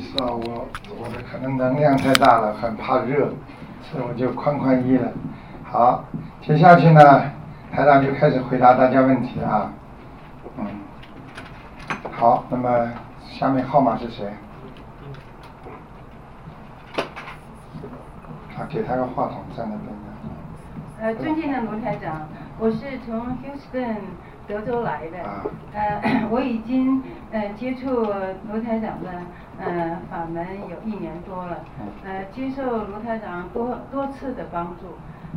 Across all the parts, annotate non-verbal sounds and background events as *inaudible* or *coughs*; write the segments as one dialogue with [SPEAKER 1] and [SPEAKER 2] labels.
[SPEAKER 1] 知道我我的可能能量太大了，很怕热，所以我就宽宽衣了。好，接下去呢，台长就开始回答大家问题啊。嗯，好，那么下面号码是谁？啊，给他个话筒在那边的
[SPEAKER 2] 呃，尊敬的卢台长，我是从 Houston 德州来的。
[SPEAKER 1] 啊
[SPEAKER 2] 呃， *coughs* 我已经呃接触卢台长的呃法门有一年多了，呃，接受卢台长多多次的帮助。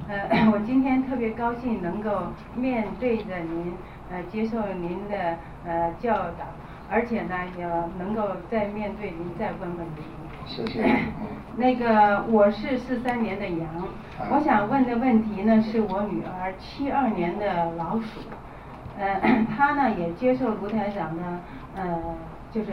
[SPEAKER 2] 呃， *coughs* 我今天特别高兴能够面对着您，呃，接受您的呃教导，而且呢，也能够再面对您再问问您。
[SPEAKER 1] 谢谢。嗯
[SPEAKER 2] 那个我是四三年的羊，我想问的问题呢是我女儿七二年的老鼠，呃，她呢也接受卢台长的呃就是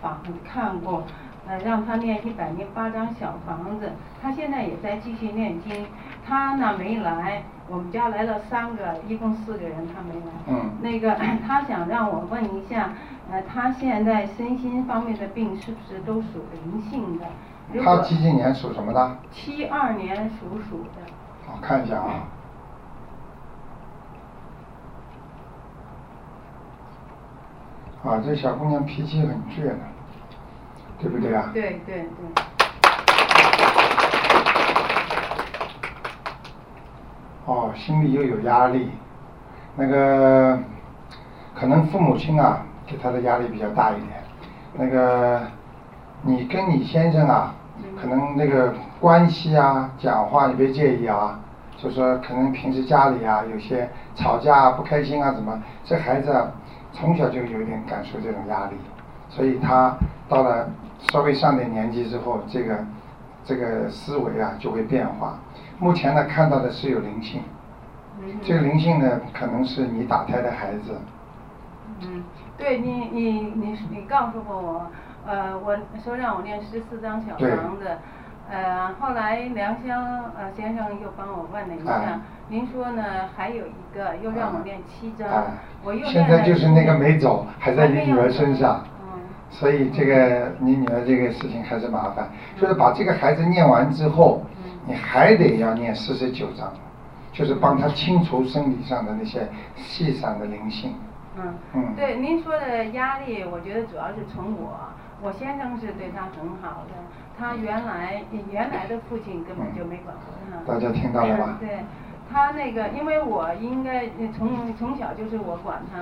[SPEAKER 2] 访看过，呃让她念一百零八张小房子，她现在也在继续念经，她呢没来，我们家来了三个，一共四个人，她没来。
[SPEAKER 1] 嗯
[SPEAKER 2] 那个她想让我问一下，呃，她现在身心方面的病是不是都属灵性的？如
[SPEAKER 1] 他
[SPEAKER 2] 果
[SPEAKER 1] 几几年属什么的？
[SPEAKER 2] 七二年属鼠的，
[SPEAKER 1] 我看一下啊。啊，这小姑娘脾气很倔的，对不对啊？
[SPEAKER 2] 对对对，
[SPEAKER 1] 哦，心里又有压力，那个可能父母亲啊给她的压力比较大一点。那个你跟你先生啊，可能那个关系啊、讲话你别介意啊，就说可能平时家里啊有些吵架啊、不开心啊怎么，这孩子啊从小就有点感受这种压力，所以他到了稍微上点年纪之后，这个这个思维啊就会变化。目前呢看到的是有灵性，
[SPEAKER 2] 嗯
[SPEAKER 1] 这个灵性呢可能是你打胎的孩子，
[SPEAKER 2] 嗯，对你你你你告诉过我，呃，我说让我念十四张小
[SPEAKER 1] 对
[SPEAKER 2] 房子，呃，后来梁香呃先生又帮我问了一
[SPEAKER 1] 哎
[SPEAKER 2] 下，您说呢还有一个又让我念七张，
[SPEAKER 1] 啊
[SPEAKER 2] 我又，
[SPEAKER 1] 现
[SPEAKER 2] 念
[SPEAKER 1] 在
[SPEAKER 2] 了
[SPEAKER 1] 就是
[SPEAKER 2] 一
[SPEAKER 1] 那个没走，还在你女儿身上。
[SPEAKER 2] 嗯
[SPEAKER 1] 所以这个你女儿这个事情还是麻烦，
[SPEAKER 2] 嗯
[SPEAKER 1] 就是把这个孩子念完之后，你还得要念四十九章，就是帮他清除生理上的那些细散的灵性。
[SPEAKER 2] 嗯
[SPEAKER 1] 嗯
[SPEAKER 2] 对，您说的压力，我觉得主要是从我，我先生是对他很好的，他原来原来的父亲根本就没管过他。
[SPEAKER 1] 大家听到了吧？
[SPEAKER 2] 对，他那个，因为我应该呃从从小就是我管他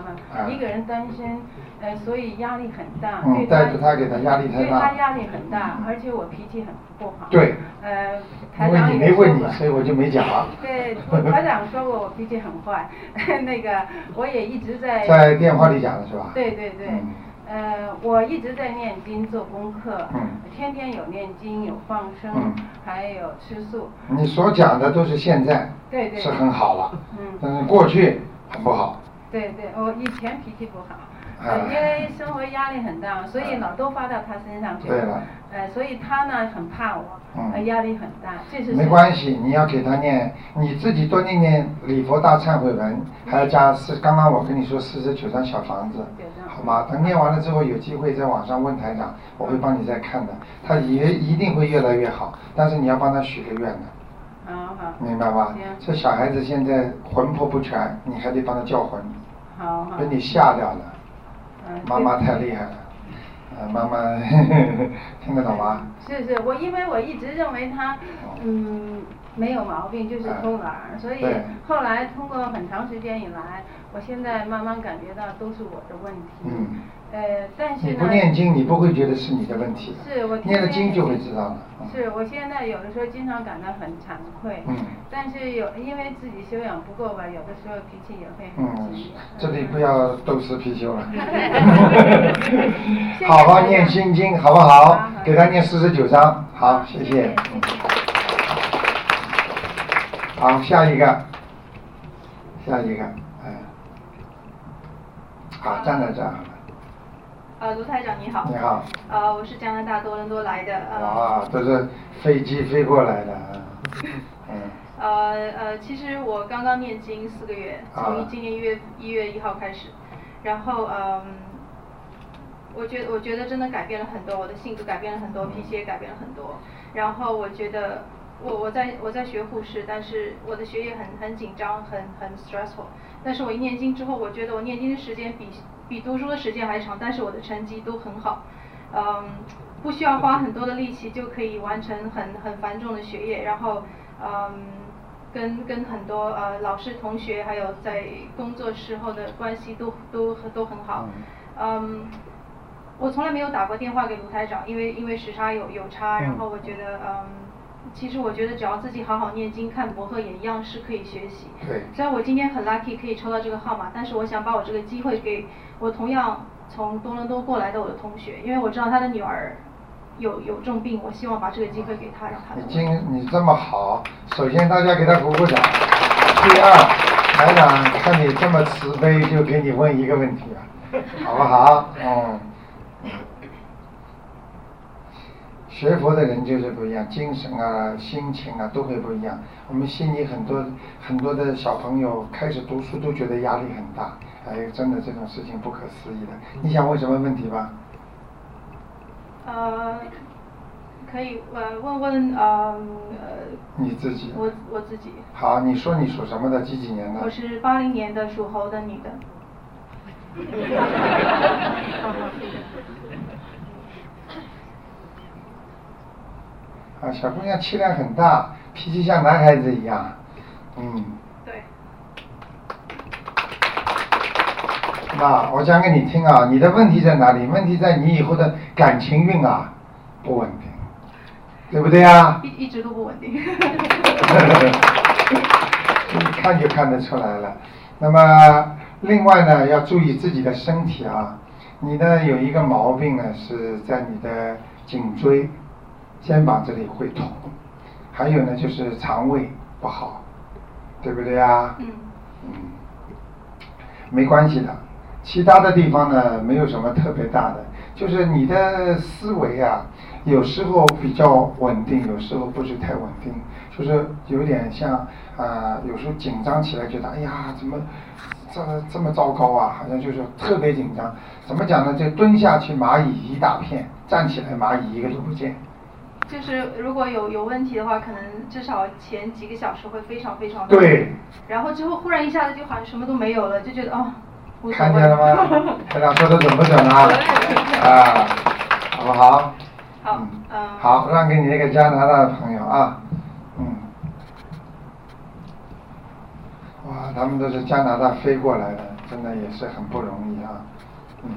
[SPEAKER 1] 啊
[SPEAKER 2] 嘛，一个人单身，呃，所以压力很大，
[SPEAKER 1] 嗯
[SPEAKER 2] 对
[SPEAKER 1] 带着他给他压力太
[SPEAKER 2] 对
[SPEAKER 1] 大嗯
[SPEAKER 2] 他压力很大，而且我脾气很不好。
[SPEAKER 1] 对。
[SPEAKER 2] 呃，台
[SPEAKER 1] 因为
[SPEAKER 2] 长
[SPEAKER 1] 你
[SPEAKER 2] 也
[SPEAKER 1] 没
[SPEAKER 2] 说
[SPEAKER 1] 问你，
[SPEAKER 2] 过
[SPEAKER 1] 所以我就没讲了。
[SPEAKER 2] 对，台长说过我脾气很坏， *laughs* 那个我也一直在
[SPEAKER 1] 在电话里讲的是吧？
[SPEAKER 2] 对对对
[SPEAKER 1] 嗯，
[SPEAKER 2] 呃，我一直在念经做功课，
[SPEAKER 1] 嗯
[SPEAKER 2] 天天有念经，有放生，
[SPEAKER 1] 嗯
[SPEAKER 2] 还有吃素，
[SPEAKER 1] 你所讲的都是现在，
[SPEAKER 2] 对对
[SPEAKER 1] 是很好了，
[SPEAKER 2] 嗯
[SPEAKER 1] 但是过去很不好。
[SPEAKER 2] 对对，我以前脾气不好，呃，
[SPEAKER 1] 哎
[SPEAKER 2] 因为生活压力很大，所以老都发到他身上去
[SPEAKER 1] 对了
[SPEAKER 2] 呃，所以他呢很怕我，
[SPEAKER 1] 嗯
[SPEAKER 2] 呃，压力很大，这是
[SPEAKER 1] 没关系，你要给他念，你自己多念念礼佛大忏悔
[SPEAKER 2] 嗯
[SPEAKER 1] 文，还要加四。刚刚我跟你说四十九张小房子
[SPEAKER 2] 对，的
[SPEAKER 1] 好吗？等念完了之后，有机会在网上问台长，我会帮你再看的。他也一定会越来越好，但是你要帮他许个愿的，
[SPEAKER 2] 好好
[SPEAKER 1] 明白吧
[SPEAKER 2] 行？
[SPEAKER 1] 这小孩子现在魂魄不全，你还得帮他叫魂，
[SPEAKER 2] 好好
[SPEAKER 1] 被，你吓掉了。
[SPEAKER 2] 嗯
[SPEAKER 1] 妈
[SPEAKER 2] 对
[SPEAKER 1] 妈太厉害了，呃，妈妈 *laughs* 听得懂吗？
[SPEAKER 2] 是是，我因为我一直认为他，嗯，没有毛病，就是偷懒儿，所以
[SPEAKER 1] 对
[SPEAKER 2] 后来通过很长时间以来，我现在慢慢感觉到都是我的问题。
[SPEAKER 1] 嗯。
[SPEAKER 2] 呃，但是
[SPEAKER 1] 你
[SPEAKER 2] 呢。
[SPEAKER 1] 不念经，你不会觉得是你的问题的。
[SPEAKER 2] 是我天
[SPEAKER 1] 念了
[SPEAKER 2] 天
[SPEAKER 1] 经就会
[SPEAKER 2] 念
[SPEAKER 1] 知道了。嗯
[SPEAKER 2] 是我现在有的时候经常感到很惭愧，
[SPEAKER 1] 嗯
[SPEAKER 2] 但是有因为自己修养不够吧，有的时候脾气也会很
[SPEAKER 1] 嗯
[SPEAKER 2] 急。，，
[SPEAKER 1] 这里不要斗是貔貅了好好念心经，好不
[SPEAKER 2] 啊好
[SPEAKER 1] 好
[SPEAKER 2] 好？
[SPEAKER 1] 给他念四十九章，好，谢
[SPEAKER 2] 谢
[SPEAKER 1] 谢。好，下一个，下一个，哎，好，站在这儿，
[SPEAKER 3] 呃，卢台长你好。
[SPEAKER 1] 你好。
[SPEAKER 3] 呃，我是加拿大多伦多来的。
[SPEAKER 2] 啊
[SPEAKER 3] 呃
[SPEAKER 1] 哇，这是飞机飞过来的，嗯，
[SPEAKER 3] 呃呃，其实我刚刚念经四个月，
[SPEAKER 1] 啊
[SPEAKER 3] 从今年一月一月一号开始，然后嗯、呃我觉我觉得真的改变了很多，我的性格改变了很多，
[SPEAKER 1] 嗯
[SPEAKER 3] 脾气也改变了很多。然后我觉得我我在我在学护士，但是我的学业很很紧张，很很 stressful。但是我一念经之后，我觉得我念经的时间比比读书的时间还长，但是我的成绩都很好，嗯，不需要花很多的力气就可以完成很很繁重的学业，然后嗯。跟跟很多呃老师、同学，还有在工作时候的关系都都都很好。嗯，我从来没有打过电话给卢台长，因为因为时差有有差，然后我觉得嗯，其实我觉得只要自己好好念经、看博客也一样是可以学习。
[SPEAKER 1] 对
[SPEAKER 3] 虽然我今天很 lucky 可以抽到这个号码，但是我想把我这个机会给我同样从多伦多过来的我的同学，因为我知道他的女儿有有重病，我希望把这个机会给他，让他
[SPEAKER 1] 你
[SPEAKER 3] 能够
[SPEAKER 1] 今你这么好，首先大家给他鼓鼓掌。第二，台长看你这么慈悲，就给你问一个问题了，好不好？嗯。学佛的人就是不一样，精神啊、心情啊都会不一样。我们悉尼很多很多的小朋友开始读书都觉得压力很大，哎，真的这种事情不可思议的。你想问什么问题吧？
[SPEAKER 3] 呃，可以呃问问呃呃
[SPEAKER 1] 你自己。
[SPEAKER 3] 我我自己，
[SPEAKER 1] 好，你说你属什么的？几几年的？
[SPEAKER 3] 我是八零年的属猴的女的，嗯
[SPEAKER 1] 啊，小姑娘气量很大，脾气像男孩子一样。嗯，
[SPEAKER 3] 对，
[SPEAKER 1] 那我讲给你听啊，你的问题在哪里？问题在你以后的感情运啊不稳定，对不对啊？
[SPEAKER 3] 一一直都不稳定。 *laughs*
[SPEAKER 1] 一 *laughs* 看就看得出来了。那么另外呢，要注意自己的身体啊。你呢有一个毛病呢，是在你的颈椎、肩膀这里会痛，还有呢就是肠胃不好，对不对啊？
[SPEAKER 3] 嗯
[SPEAKER 1] 嗯，没关系的。其他的地方呢，没有什么特别大的，就是你的思维啊，有时候比较稳定，有时候不是太稳定，就是有点像啊、呃有时候紧张起来，觉得哎呀，怎么这这么糟糕啊？好像就是特别紧张。怎么讲呢？就蹲下去蚂蚁一大片，站起来蚂蚁一个都不见。
[SPEAKER 3] 就是如果有有问题的话，可能至少前几个小时会非常非常的
[SPEAKER 1] 对，
[SPEAKER 3] 然后之后忽然一下子就好像什么都没有了，就觉得哦，无所
[SPEAKER 1] 看
[SPEAKER 3] 谓。
[SPEAKER 1] 见了
[SPEAKER 3] *laughs*
[SPEAKER 1] 吗？台长说的准不准啊？啊，好不好？
[SPEAKER 3] 好
[SPEAKER 1] 嗯，
[SPEAKER 3] 嗯，
[SPEAKER 1] 好，让给你那个加拿大的朋友啊，嗯，哇，他们都是加拿大飞过来的，真的也是很不容易啊，嗯，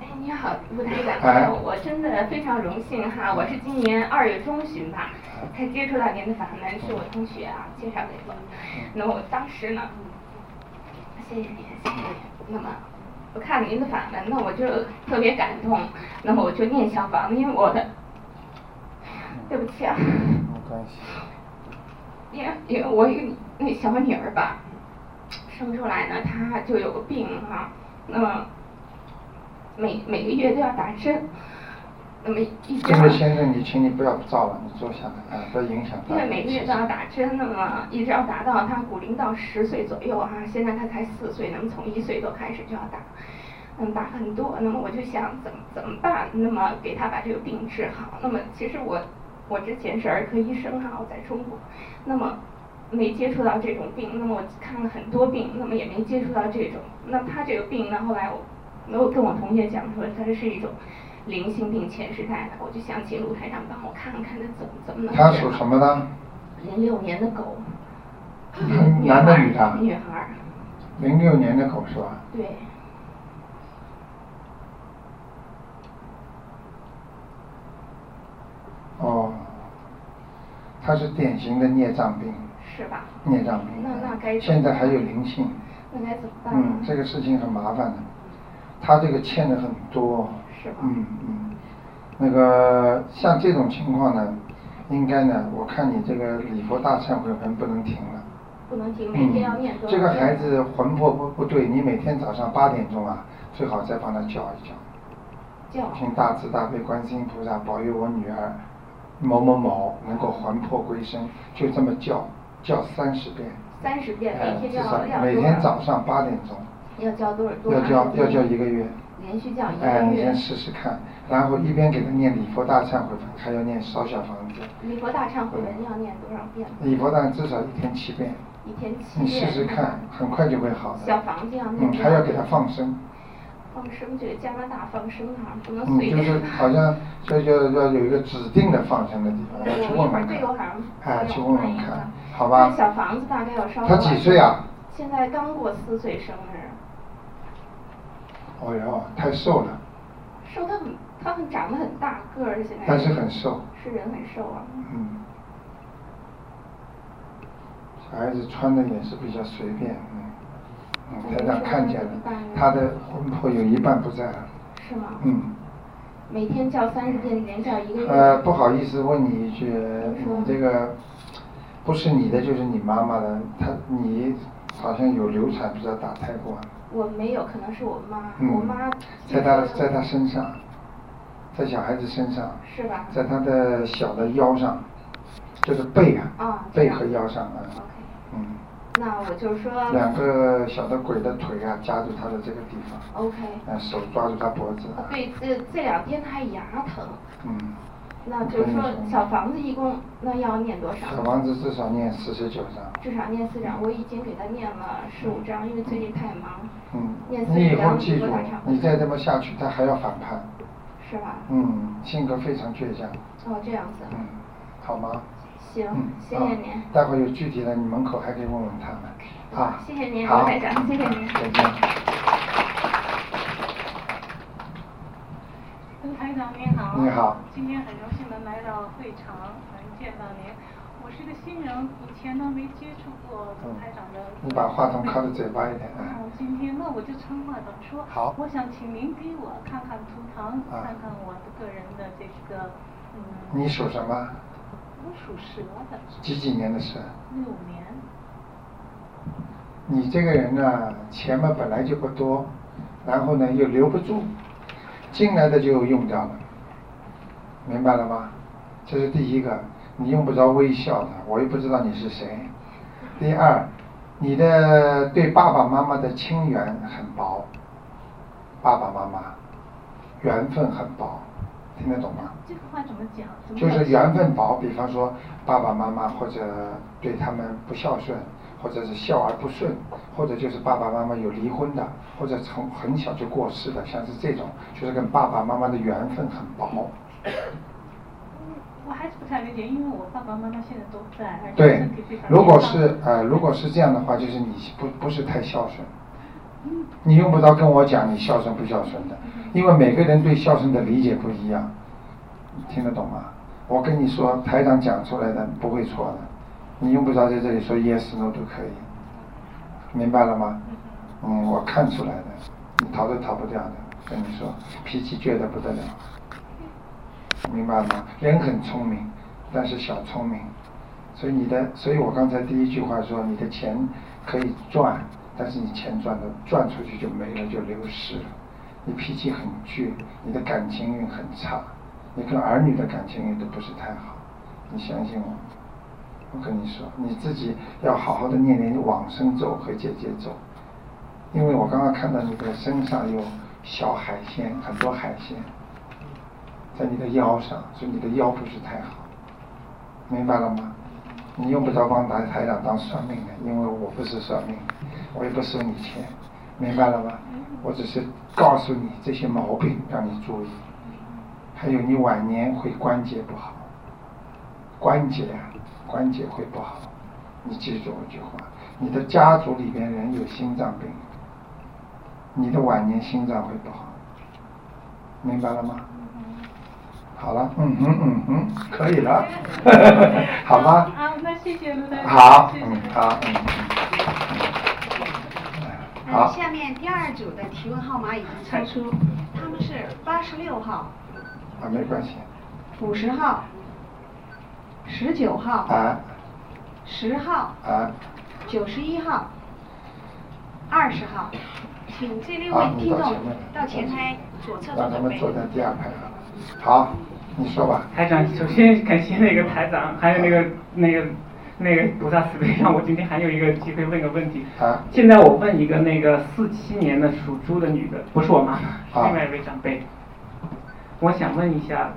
[SPEAKER 4] 哎，你好，卢台
[SPEAKER 1] 哎
[SPEAKER 4] 长，我真的非常荣幸哈，我是今年二月中旬吧才接触到您的法门，是我同学啊介绍给我的。那我当时呢，谢谢您，谢谢您。那么我看了您的法门，那我就特别感动，那么我就念小房子，因为我的，对不起啊，
[SPEAKER 1] 没关系，
[SPEAKER 4] 因为因为我有那小女儿吧，生出来呢，她就有个病哈、那么每每个月都要打针，那么一直
[SPEAKER 1] 这位先生，你请你不要照了，你坐下来啊，不要影响大
[SPEAKER 4] 因
[SPEAKER 1] 家。
[SPEAKER 4] 为每个月都要打针的嘛，一直要打到他骨龄到十岁左右哈、现在他才四岁，那么从一岁多开始就要打，嗯，打很多，那么我就想怎么怎么办，那么给他把这个病治好。那么其实我我之前是儿科医生哈、我在中国，那么没接触到这种病，那么我看了很多病，那么也没接触到这种。那么他这个病呢，后来我我跟我同学讲说，它是一种。灵性病前世带的，我就想请卢台长帮我看看他怎么怎么能
[SPEAKER 1] 他
[SPEAKER 4] 治
[SPEAKER 1] 属
[SPEAKER 4] 好
[SPEAKER 1] 什么呢？
[SPEAKER 4] 零六年的狗，
[SPEAKER 1] 嗯男的女的
[SPEAKER 4] *laughs* 女孩儿，
[SPEAKER 1] 零六年的狗是吧？
[SPEAKER 4] 对，
[SPEAKER 1] 哦，他是典型的孽障病，
[SPEAKER 4] 是吧？
[SPEAKER 1] 孽障病。
[SPEAKER 4] 那那该怎么
[SPEAKER 1] 现在还有灵性。
[SPEAKER 4] 那该怎么办呢
[SPEAKER 1] 嗯，？这个事情很麻烦的，他这个欠的很多。
[SPEAKER 4] 是吧
[SPEAKER 1] 嗯嗯，那个像这种情况呢，应该呢，我看你这个礼佛大忏悔文不能停了。
[SPEAKER 4] 不能停，每天要
[SPEAKER 1] 嗯
[SPEAKER 4] 念多，少
[SPEAKER 1] 这
[SPEAKER 4] 遍？
[SPEAKER 1] 个孩子魂魄不不对，你每天早上八点钟啊，最好再帮他叫一叫。
[SPEAKER 4] 叫
[SPEAKER 1] 请大慈大悲观世音菩萨保佑我女儿某某某能够魂魄归身，就这么叫叫三十遍，
[SPEAKER 4] 三十遍，
[SPEAKER 1] 哎
[SPEAKER 4] 每天
[SPEAKER 1] 至
[SPEAKER 4] 要
[SPEAKER 1] 少
[SPEAKER 4] 要
[SPEAKER 1] 每
[SPEAKER 4] 多
[SPEAKER 1] 天
[SPEAKER 4] 少？
[SPEAKER 1] 早上八点钟，
[SPEAKER 4] 要教多少？多
[SPEAKER 1] 要
[SPEAKER 4] 少
[SPEAKER 1] 叫要
[SPEAKER 4] 遍
[SPEAKER 1] 叫一个月，
[SPEAKER 5] 连续教一
[SPEAKER 1] 哎，
[SPEAKER 5] 个
[SPEAKER 1] 你
[SPEAKER 5] 月
[SPEAKER 1] 先。试试看，然后一边给他念礼佛大忏悔文，还要念烧小房子。
[SPEAKER 4] 礼佛大忏悔文要念多少遍？
[SPEAKER 1] 礼佛大至少一天七遍，
[SPEAKER 4] 一天七
[SPEAKER 1] 你
[SPEAKER 4] 遍。
[SPEAKER 1] 试试看，很快就会好的。
[SPEAKER 4] 小房子要
[SPEAKER 1] 嗯，
[SPEAKER 4] 念多少
[SPEAKER 1] 还要给他放生，
[SPEAKER 4] 放生，这个加拿大放生啊，不能
[SPEAKER 1] 嗯，
[SPEAKER 4] 随
[SPEAKER 1] 就
[SPEAKER 4] 便
[SPEAKER 1] 是好像就就要有一个指定的放生的地方，要
[SPEAKER 4] 对，
[SPEAKER 1] 去
[SPEAKER 4] 哎我一
[SPEAKER 1] 问
[SPEAKER 4] 会儿
[SPEAKER 1] 问
[SPEAKER 4] 对我好
[SPEAKER 1] 看，
[SPEAKER 4] 像
[SPEAKER 1] 哎，去问问看，好
[SPEAKER 4] 那
[SPEAKER 1] 吧？
[SPEAKER 4] 小房子大概要烧
[SPEAKER 1] 他
[SPEAKER 4] 多
[SPEAKER 1] 几
[SPEAKER 4] 少
[SPEAKER 1] 岁啊？
[SPEAKER 4] 现在刚过四岁生日，
[SPEAKER 1] 哦哟，太瘦了，
[SPEAKER 4] 瘦他很，他很长得很大个儿，现在
[SPEAKER 1] 但是很瘦，
[SPEAKER 4] 是人很瘦啊。
[SPEAKER 1] 嗯。小孩子穿的也是比较随便，嗯，嗯，台长看见了，他的魂魄有一半不在了，
[SPEAKER 4] 是吗？
[SPEAKER 1] 嗯。
[SPEAKER 4] 每天叫三十遍，连叫一个月。
[SPEAKER 1] 呃，不好意思问你一句，你这个不是你的就是你妈妈的，她你好像有流产，不知道打胎过啊，
[SPEAKER 4] 我没有，可能是我妈，
[SPEAKER 1] 嗯
[SPEAKER 4] 我妈
[SPEAKER 1] 在她在她身上，在小孩子身上，
[SPEAKER 4] 是吧？
[SPEAKER 1] 在她的小的腰上，就是背啊，
[SPEAKER 4] 啊这
[SPEAKER 1] 背
[SPEAKER 4] 样
[SPEAKER 1] 和腰上啊
[SPEAKER 4] OK，
[SPEAKER 1] 嗯，
[SPEAKER 4] 那我就说
[SPEAKER 1] 两个小的鬼的腿啊夹住她的这个地方，
[SPEAKER 4] OK，
[SPEAKER 1] 呃，手抓住她脖子啊，
[SPEAKER 4] 啊对，这这两天还牙疼，
[SPEAKER 1] 嗯，
[SPEAKER 4] 那就是
[SPEAKER 1] 可以
[SPEAKER 4] 说
[SPEAKER 1] 说
[SPEAKER 4] 小房子一共那要念多少？
[SPEAKER 1] 小王子至少念四十九章。
[SPEAKER 4] 至少念四章，我已经给他念了十五章，因为最近太忙，
[SPEAKER 1] 嗯
[SPEAKER 4] 念，四
[SPEAKER 1] 你以
[SPEAKER 4] 十
[SPEAKER 1] 后
[SPEAKER 4] 章
[SPEAKER 1] 记
[SPEAKER 4] 礼
[SPEAKER 1] 住嗯
[SPEAKER 4] 佛大忏，
[SPEAKER 1] 你
[SPEAKER 4] 悔，
[SPEAKER 1] 再这么下去，他还要反叛。
[SPEAKER 4] 是吧？
[SPEAKER 1] 嗯，性格非常倔强。
[SPEAKER 4] 哦，这样子，
[SPEAKER 1] 嗯，好吗？
[SPEAKER 4] 行
[SPEAKER 1] 嗯，，
[SPEAKER 4] 谢
[SPEAKER 1] 啊
[SPEAKER 4] 谢您。
[SPEAKER 1] 待会儿有具体的，你门口还可以问问他们。啊，
[SPEAKER 4] 谢谢您
[SPEAKER 1] 好
[SPEAKER 4] 罗台长谢谢您
[SPEAKER 1] 再见。
[SPEAKER 3] 陈呃台长您好，
[SPEAKER 1] 你好
[SPEAKER 3] 今天很荣幸能来到会场，能见到您。我是个新人，以前呢没接触过
[SPEAKER 1] 嗯
[SPEAKER 3] 卢台长的。
[SPEAKER 1] 你把话筒靠着嘴巴一点啊
[SPEAKER 3] 哦，今天那我就称话短说。
[SPEAKER 1] 好
[SPEAKER 3] 我想请您给我看看图腾，
[SPEAKER 1] 啊
[SPEAKER 3] 看看我的个人的这个，嗯，
[SPEAKER 1] 你属什么？
[SPEAKER 3] 我属蛇的，
[SPEAKER 1] 几几年的事？啊
[SPEAKER 3] 六年。
[SPEAKER 1] 你这个人呢，钱嘛本来就不多，然后呢又留不住，进来的就用掉了，明白了吗？这是第一个，你用不着微笑的，我又不知道你是谁。第二，你的对爸爸妈妈的亲缘很薄，爸爸妈妈缘分很薄，听得懂
[SPEAKER 4] 哦
[SPEAKER 1] 吗？
[SPEAKER 3] 这个话怎么讲？怎么
[SPEAKER 1] 就是
[SPEAKER 3] 讲
[SPEAKER 1] 缘分薄，比方说爸爸妈妈或者对他们不孝顺，或者是孝而不顺，或者就是爸爸妈妈有离婚的，或者从很小就过世的，像是这种，就是跟爸爸妈妈的缘分很薄。
[SPEAKER 3] 我还是不太理解，因为我爸爸妈妈现在都在，而且
[SPEAKER 1] 对
[SPEAKER 3] 身体非，常
[SPEAKER 1] 如
[SPEAKER 3] 健
[SPEAKER 1] 果
[SPEAKER 3] 康
[SPEAKER 1] 是呃，如果是这样的话，就是你不不是太孝顺。你用不着跟我讲你孝顺不孝顺的，因为每个人对孝顺的理解不一样，听得懂吗？我跟你说，台长讲出来的不会错的，你用不着在这里说 yes no 都可以，明白了吗？嗯，我看出来的，你逃都逃不掉的，跟你说，脾气倔得不得了，明白了吗？人很聪明，但是小聪明，所以你的，所以我刚才第一句话说，你的钱可以赚，但是你钱赚的赚出去就没了，就流失了。你脾气很倔，你的感情运很差，你跟儿女的感情运都不是太好。你相信我，我跟你说，你自己要好好的念念往生咒和姐姐咒，因为我刚刚看到你的身上有小海鲜，很多海鲜，在你的腰上，所以你的腰不是太好。明白了吗？你用不着帮台台长当算命的，因为我不是算命，我也不收你钱，明白了吗？我只是告诉你这些毛病，让你注意。还有你晚年会关节不好，关节啊，关节会不好，你记住我一句话，你的家族里边人有心脏病，你的晚年心脏会不好，明白了吗？好了，嗯哼嗯哼，可以了， *laughs* 好吗？
[SPEAKER 3] 啊，那谢谢卢大师。
[SPEAKER 1] 好，
[SPEAKER 3] 谢谢
[SPEAKER 1] 嗯，好，嗯，嗯
[SPEAKER 6] 呃，
[SPEAKER 1] 好，
[SPEAKER 6] 下面第二组的提问号码已经抽出，他们是八十六号、
[SPEAKER 1] 啊，没关系，
[SPEAKER 6] 五十号、十九号、
[SPEAKER 1] 啊
[SPEAKER 6] 十号、
[SPEAKER 1] 啊
[SPEAKER 6] 九十一号、二十号，请这六
[SPEAKER 1] 啊
[SPEAKER 6] 位，
[SPEAKER 1] 你
[SPEAKER 6] 听
[SPEAKER 1] 到
[SPEAKER 6] 众
[SPEAKER 1] 前面来，
[SPEAKER 6] 到前台左侧做
[SPEAKER 1] 让他
[SPEAKER 6] 准
[SPEAKER 1] 们
[SPEAKER 6] 备
[SPEAKER 1] 坐。在第二排啊。好，你说吧，
[SPEAKER 7] 台长，首先感谢那个台长，还有那个那个
[SPEAKER 5] *laughs* 那个菩萨慈悲，让我今天还有一个机会问个问题。
[SPEAKER 1] 啊
[SPEAKER 5] 现在我问一个那个四七年的属猪的女的，不是我
[SPEAKER 1] 啊
[SPEAKER 5] 妈妈，是另外一位长辈。我想问一下，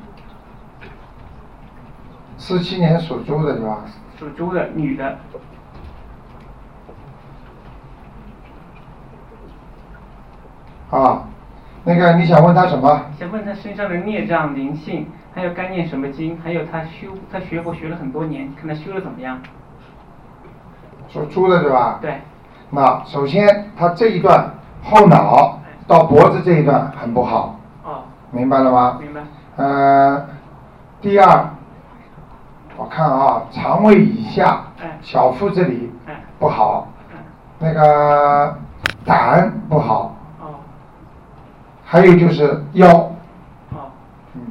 [SPEAKER 1] 四七年属猪的是吧？
[SPEAKER 5] 属猪的女的，
[SPEAKER 1] 啊，那个你想问他什么？
[SPEAKER 5] 想问她身上的孽障、灵性，还有该念什么经，还有她修她学佛学了很多年，看她修的怎么样？
[SPEAKER 1] 属猪的是吧？
[SPEAKER 5] 对，
[SPEAKER 1] 那首先他这一段后脑到脖子这一段很不好，
[SPEAKER 5] 哦，
[SPEAKER 1] 明白了吗？
[SPEAKER 5] 明白。
[SPEAKER 1] 呃，第二，我看啊，肠胃以下
[SPEAKER 5] 哎，
[SPEAKER 1] 小腹这里
[SPEAKER 5] 哎
[SPEAKER 1] 不好，
[SPEAKER 5] 嗯，
[SPEAKER 1] 那个胆不好，
[SPEAKER 5] 哦，
[SPEAKER 1] 还有就是腰，
[SPEAKER 5] 哦，
[SPEAKER 1] 嗯，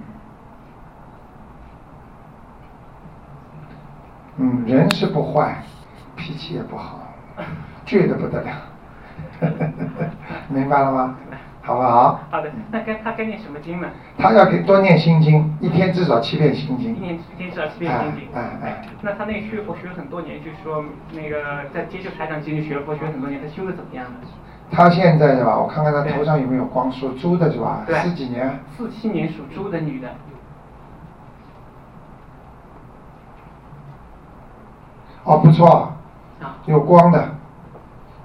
[SPEAKER 1] 嗯，人是不坏，脾气也不好，倔得不得了， *laughs* 明白了吗？好不好？
[SPEAKER 5] 好的，那该她该念什么经呢？
[SPEAKER 1] 他要给多念心经，一天至少七遍心
[SPEAKER 5] 一
[SPEAKER 1] 经。
[SPEAKER 5] 年一天至少七遍心经。
[SPEAKER 1] 哎哎哎
[SPEAKER 5] 那她那个学佛学了很多年，就是说那个在接受台长经学佛学了很多年，她修的怎么样呢？
[SPEAKER 1] 他现在是吧？我看看他头上有没有光，属猪的是吧？
[SPEAKER 5] 对
[SPEAKER 1] 十几年，啊
[SPEAKER 5] 四七年属猪的女的，
[SPEAKER 1] 哦，不错，
[SPEAKER 5] 啊，
[SPEAKER 1] 有光的。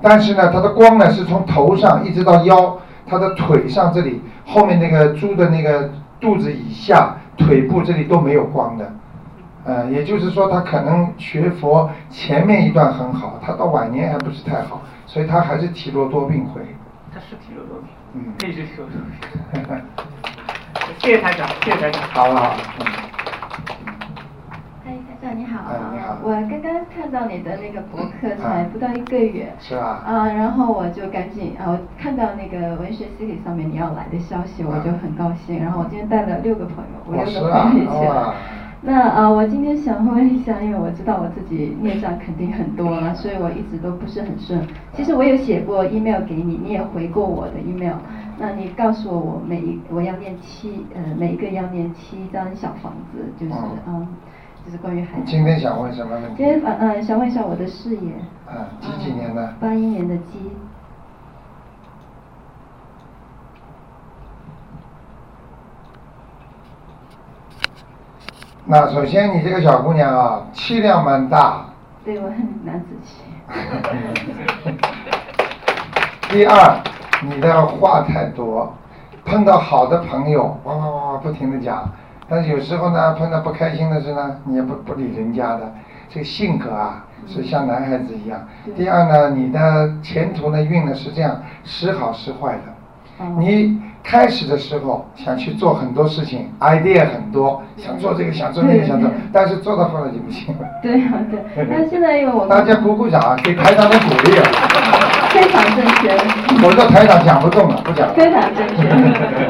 [SPEAKER 1] 但是呢，它的光呢是从头上一直到腰，它的腿上这里，后面那个猪的那个肚子以下、腿部这里都没有光的。呃，也就是说，他可能学佛前面一段很好，他到晚年还不是太好，所以他还是体弱多病会。
[SPEAKER 5] 她是体弱多病，
[SPEAKER 1] 嗯
[SPEAKER 5] 可以是体弱多病。谢谢台长，谢谢台长。
[SPEAKER 1] *laughs* 好了好了，嗯，
[SPEAKER 7] 嗨，台长你好，
[SPEAKER 1] 哎你好
[SPEAKER 7] 我刚刚看到你的那个博客才
[SPEAKER 1] 啊
[SPEAKER 7] 不到一个月，
[SPEAKER 1] 是吧？
[SPEAKER 7] 啊，然后我就赶紧啊，我看到那个文学心理上面你要来的消息，我就很高兴。然后我今天带了六个朋友，五
[SPEAKER 1] 嗯我
[SPEAKER 7] 六
[SPEAKER 1] 是
[SPEAKER 7] 个
[SPEAKER 1] 啊
[SPEAKER 7] 朋友一，起来
[SPEAKER 1] 哇。，
[SPEAKER 7] 那呃，我今天想问一下，因为我知道我自己孽障肯定很多
[SPEAKER 1] 嗯
[SPEAKER 7] 了，所以我一直都不是很顺。其实我有写过 email 给你，你也回过我的 email。那你告诉我，我每一我要念七呃每一个要念七张小房子，就是
[SPEAKER 1] 嗯
[SPEAKER 7] 嗯，就是关于孩
[SPEAKER 1] 你
[SPEAKER 7] 子。
[SPEAKER 1] 今天想问什么问题
[SPEAKER 7] 今？天呃呃想问一下我的事业。
[SPEAKER 1] 嗯，几几年的？
[SPEAKER 7] 八一年的鸡。
[SPEAKER 1] 那首先你这个小姑娘啊，气量蛮大。
[SPEAKER 7] 对，我很难自己。
[SPEAKER 1] 第二，你的话太多，碰到好的朋友，哇哇哇哇不停的讲，但是有时候呢，碰到不开心的事呢，你也不不理人家的，这个性格啊，是像男孩子一样。第二呢，你的前途呢运呢是这样，时好时坏的。你开始的时候想去做很多事情，idea 很多，想做这个想做那个
[SPEAKER 7] 对
[SPEAKER 1] 想做
[SPEAKER 7] 对，
[SPEAKER 1] 但是做到后来就不行了。
[SPEAKER 7] *laughs* 对啊，对。但现在因为我
[SPEAKER 1] 大家鼓鼓掌啊，给台长的鼓励啊！
[SPEAKER 7] 非常正确，
[SPEAKER 1] 否则台长讲不动了，不讲了。
[SPEAKER 7] 非常正确。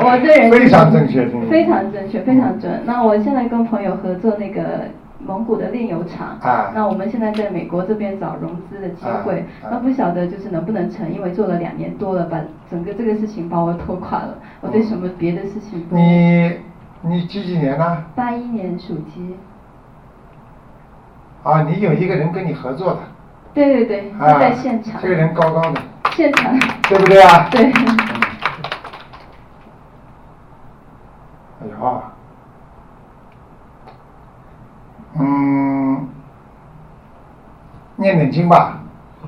[SPEAKER 7] 我这人
[SPEAKER 1] 非常正确，嗯
[SPEAKER 7] 非常正确，非常准。那我现在跟朋友合作那个蒙古的炼油厂，
[SPEAKER 1] 啊
[SPEAKER 7] 那我们现在在美国这边找融资的机会，
[SPEAKER 1] 啊啊
[SPEAKER 7] 那不晓得就是能不能成，因为做了两年多了，把整个这个事情把我拖垮了，我
[SPEAKER 1] 嗯
[SPEAKER 7] 对什么别的事情都。
[SPEAKER 1] 你你几几年呢？
[SPEAKER 7] 八一年属鸡，
[SPEAKER 1] 啊，你有一个人跟你合作的，
[SPEAKER 7] 对对对，
[SPEAKER 1] 啊，
[SPEAKER 7] 就在现场，
[SPEAKER 1] 这个人高高的，
[SPEAKER 7] 现场， *laughs*
[SPEAKER 1] 对不对啊？
[SPEAKER 7] 对，
[SPEAKER 1] 哎呦，嗯，念点经吧，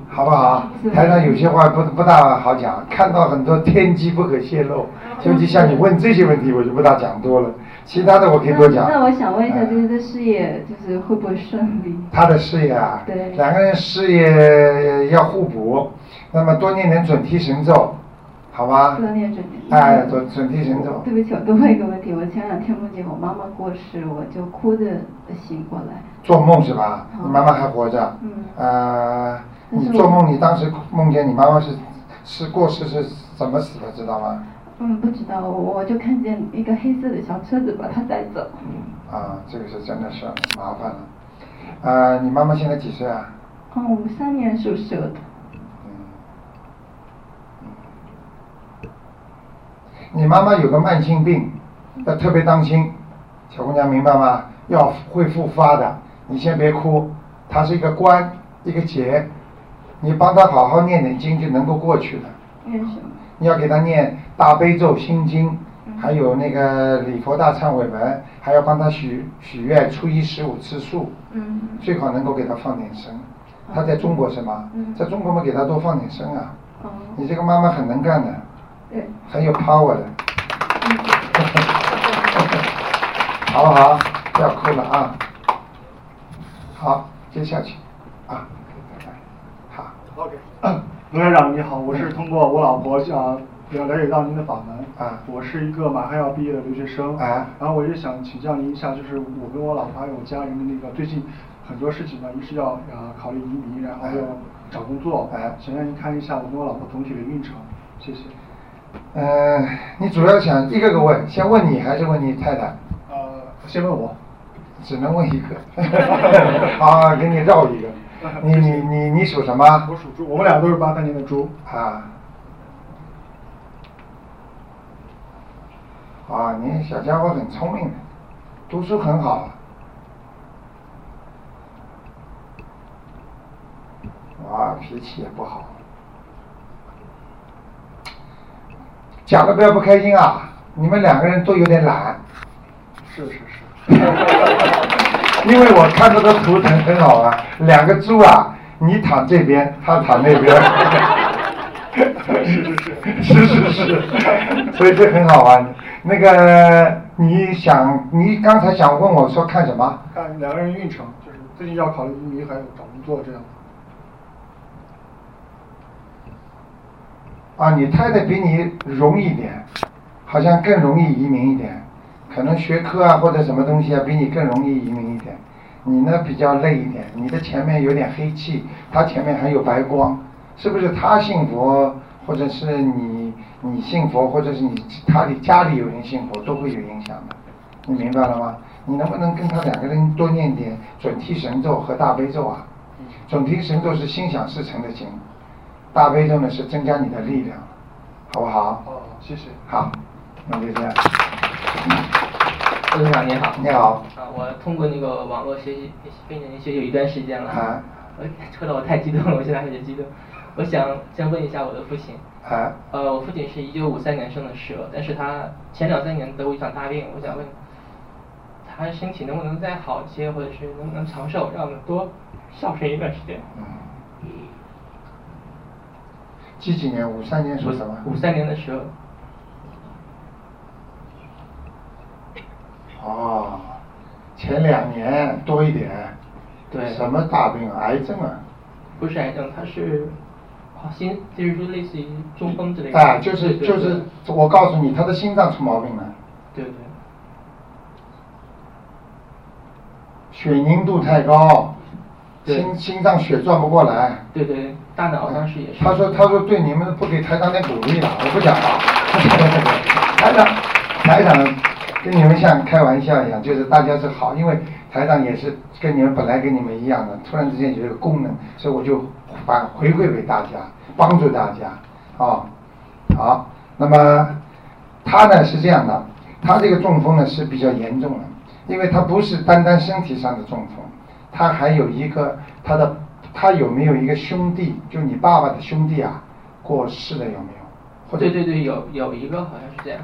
[SPEAKER 1] 好不好？台上有些话不不大好讲，看到很多天机不可泄露，
[SPEAKER 7] 嗯
[SPEAKER 1] 尤其像你问这些问题，我就不大讲多了，其他的我可以多讲。
[SPEAKER 7] 那那我想问一下，
[SPEAKER 1] 嗯
[SPEAKER 7] 就是这事业就是会不会顺利？
[SPEAKER 1] 他的事业啊，
[SPEAKER 7] 对
[SPEAKER 1] 两个人事业要互补，那么多念点准提神咒，好吧？
[SPEAKER 7] 多念准提
[SPEAKER 1] 哎，准准提神咒
[SPEAKER 7] 对，不起，我多问一个问题。我前两天梦见我妈妈过世，我就哭着醒过来。
[SPEAKER 1] 做梦是吧？
[SPEAKER 7] 嗯
[SPEAKER 1] 你妈妈还活着？
[SPEAKER 7] 嗯
[SPEAKER 1] 呃，
[SPEAKER 7] 但是
[SPEAKER 1] 你
[SPEAKER 7] 我
[SPEAKER 1] 做梦，你当时梦见你妈妈是是过世是怎么死的，知道吗？
[SPEAKER 7] 嗯，不知道，我我就看见一个黑色的小车子把她带走。
[SPEAKER 1] 啊，这个是真的是麻烦了。呃，你妈妈现在几岁啊？
[SPEAKER 7] 哦，五三年属蛇的。
[SPEAKER 1] 你妈妈有个慢性病，要特别当心，小姑娘明白吗？要会复发的，你先别哭，它是一个关，一个结，你帮他好好念点经就能够过去了。
[SPEAKER 7] 念什么？
[SPEAKER 1] 你要给他念大悲咒、心经，
[SPEAKER 7] 嗯
[SPEAKER 1] 还有那个礼佛大忏悔文，还要帮他许许愿，初一十五吃素，
[SPEAKER 7] 嗯，哦
[SPEAKER 1] 最好能够给他放点生。他在中国是吗？
[SPEAKER 7] 嗯
[SPEAKER 1] 在中国嘛，给他多放点生啊。
[SPEAKER 7] 哦，
[SPEAKER 1] 你这个妈妈很能干的，
[SPEAKER 7] 对，
[SPEAKER 1] 很有 power 的，
[SPEAKER 3] 嗯
[SPEAKER 1] 好不好？不要哭了啊！好，接下去啊，好，
[SPEAKER 8] OK，卢台长你好，我是通过我老婆想了了解到您的法门
[SPEAKER 1] 啊
[SPEAKER 8] 我是一个马上要毕业的留学生
[SPEAKER 1] 啊
[SPEAKER 8] 然后我就想请教您一下，就是我跟我老婆还有我家人的那个最近很多事情呢，一是要啊考虑移民，然后
[SPEAKER 1] 啊
[SPEAKER 8] 要找工作，
[SPEAKER 1] 啊
[SPEAKER 8] 想让您看一下我跟我老婆总体的运程，谢谢。
[SPEAKER 1] 嗯，你主要想一个个问，先问你还是问你太太？
[SPEAKER 8] 呃，先问我，
[SPEAKER 1] 只能问一 *laughs* 个，啊，给你绕一个。你你你你属什么？
[SPEAKER 8] 我属猪，我们俩都是八三年的猪，
[SPEAKER 1] 啊。啊，你小家伙很聪明的，读书很好啊。哇，脾气也不好。讲的不要不开心啊！你们两个人都有点懒。
[SPEAKER 8] 是是是。
[SPEAKER 1] 因为我看这个图腾很好玩，两个猪啊，你躺这边，它躺那边。 *laughs* 是是是是是，所以这很好玩。那个你想，你刚才想问我说看什么？
[SPEAKER 8] 看两个人运程，就是最近要考虑移民还有找工作这样。
[SPEAKER 1] 啊，你太太比你容易一点，好像更容易移民一点，可能学科啊或者什么东西啊比你更容易移民一点。你呢比较累一点，你的前面有点黑气，他前面还有白光，是不是他信佛，或者是你你信佛，或者是你他里家里有人信佛，都会有影响的，你明白了吗？你能不能跟他两个人多念点准提神咒和大悲咒啊？准提神咒是心想事成的经，大悲咒呢是增加你的力量，好不好？
[SPEAKER 8] 哦，谢谢。
[SPEAKER 1] 好，那就这样。嗯
[SPEAKER 9] 陆队长您好，
[SPEAKER 1] 你好，
[SPEAKER 9] 啊，我通过那个网络学习并且学习有一段时间了，
[SPEAKER 1] 啊
[SPEAKER 9] 我说的我太激动了，我现在有点激动。我想先问一下我的父亲，
[SPEAKER 1] 啊，
[SPEAKER 9] 呃，我父亲是一九五三年生的蛇，但是他前两三年得过一场大病，我想问他身体能不能再好一些，或者是能不能长寿，让我们多孝顺一段时间。
[SPEAKER 1] 嗯，几几年？五三年属什么？
[SPEAKER 9] 五三年的蛇，
[SPEAKER 1] 哦，前两年多一点。
[SPEAKER 9] 对
[SPEAKER 1] 什么大病啊？癌症啊？
[SPEAKER 9] 不是癌症，他是好心，就是说类似于中风之类的。
[SPEAKER 1] 哎，就是
[SPEAKER 9] 对
[SPEAKER 1] 就是，我告诉你，他的心脏出毛病了，
[SPEAKER 9] 对对对，
[SPEAKER 1] 血凝度太高，
[SPEAKER 9] 对
[SPEAKER 1] 心心脏血转不过来。
[SPEAKER 9] 对对对，大脑当时也是。
[SPEAKER 1] 他说他说对你们不给台长点鼓励了，我不讲了。 *laughs* 台长台长跟你们像开玩笑一样，就是大家是好，因为台长也是跟你们本来跟你们一样的，突然之间有这个功能，所以我就反回馈给大家，帮助大家啊、好，那么他呢是这样的，他这个中风呢是比较严重的，因为他不是单单身体上的中风，他还有一个他的他有没有一个兄弟，就你爸爸的兄弟啊，过世了有没有？或者
[SPEAKER 9] 对对对，有有一个好像是这样。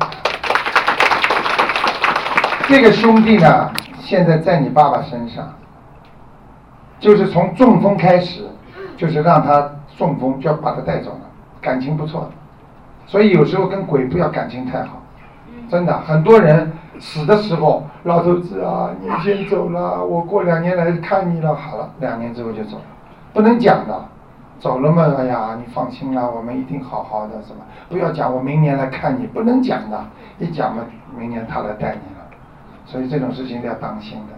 [SPEAKER 1] 这个兄弟呢，现在在你爸爸身上，就是从中风开始，就是让他中风就要把他带走了，感情不错的，所以有时候跟鬼不要感情太好，真的，很多人死的时候，老头子啊，你先走了，我过两年来看你了，好了，两年之后就走了，不能讲的。走了嘛，哎呀，你放心啦，我们一定好好的，什么不要讲，我明年来看你，不能讲的，一讲嘛，明年他来带你了。所以这种事情要当心的，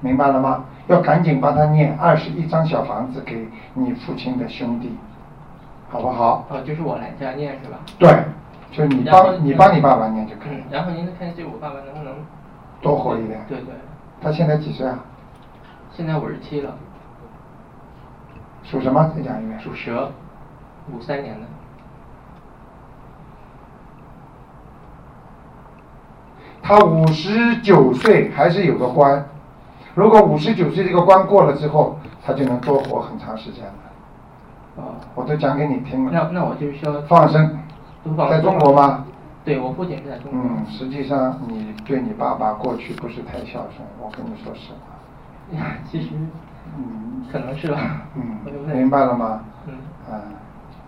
[SPEAKER 1] 明白了吗？要赶紧帮他念二十一张小房子给你父亲的兄弟，好不好？
[SPEAKER 9] 哦，就是我来这样念是吧？
[SPEAKER 1] 对，就是你
[SPEAKER 9] 然后
[SPEAKER 1] 帮你帮你爸爸念就可以
[SPEAKER 9] 嗯
[SPEAKER 1] 了，，
[SPEAKER 9] 然后您再看这我爸爸能不能
[SPEAKER 1] 多活一点。
[SPEAKER 9] 对对，
[SPEAKER 1] 他现在几岁啊？
[SPEAKER 9] 现在五十七了，
[SPEAKER 1] 属什么？再讲一遍。
[SPEAKER 9] 属蛇，五三年的。
[SPEAKER 1] 他五十九岁还是有个关，如果五十九岁这个关过了之后，他就能多活很长时间的。
[SPEAKER 9] 啊，
[SPEAKER 1] 我都讲给你听了。
[SPEAKER 9] 那那我就需要
[SPEAKER 1] 放生，在中国吗？
[SPEAKER 9] 对，我父亲是在中国。
[SPEAKER 1] 嗯，实际上你对你爸爸过去不是太孝顺，我跟你说实话。
[SPEAKER 9] 呀， *laughs* 其实，嗯，可能是吧。
[SPEAKER 1] 嗯，明白了吗？
[SPEAKER 9] 嗯。
[SPEAKER 1] 啊，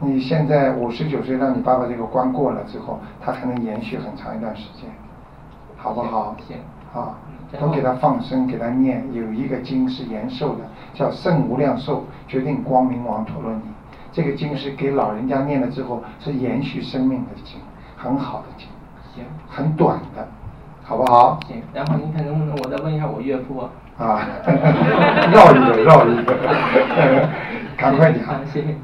[SPEAKER 1] 你现在五十九岁，让你爸爸这个关过了之后，他还能延续很长一段时间，好不好？
[SPEAKER 9] 行。
[SPEAKER 1] 啊，
[SPEAKER 9] 嗯
[SPEAKER 1] 都给他放生，给他念，有一个经是延寿的，叫《圣无量寿决定光明王陀罗尼》，这个经是给老人家念了之后是延续生命的经。很好的经，
[SPEAKER 9] 行，
[SPEAKER 1] 很短的，好不好？
[SPEAKER 9] 行，然后您看能不能我再问一下我岳父啊？
[SPEAKER 1] 啊，绕一个绕一个，赶快讲。
[SPEAKER 9] 啊谢谢，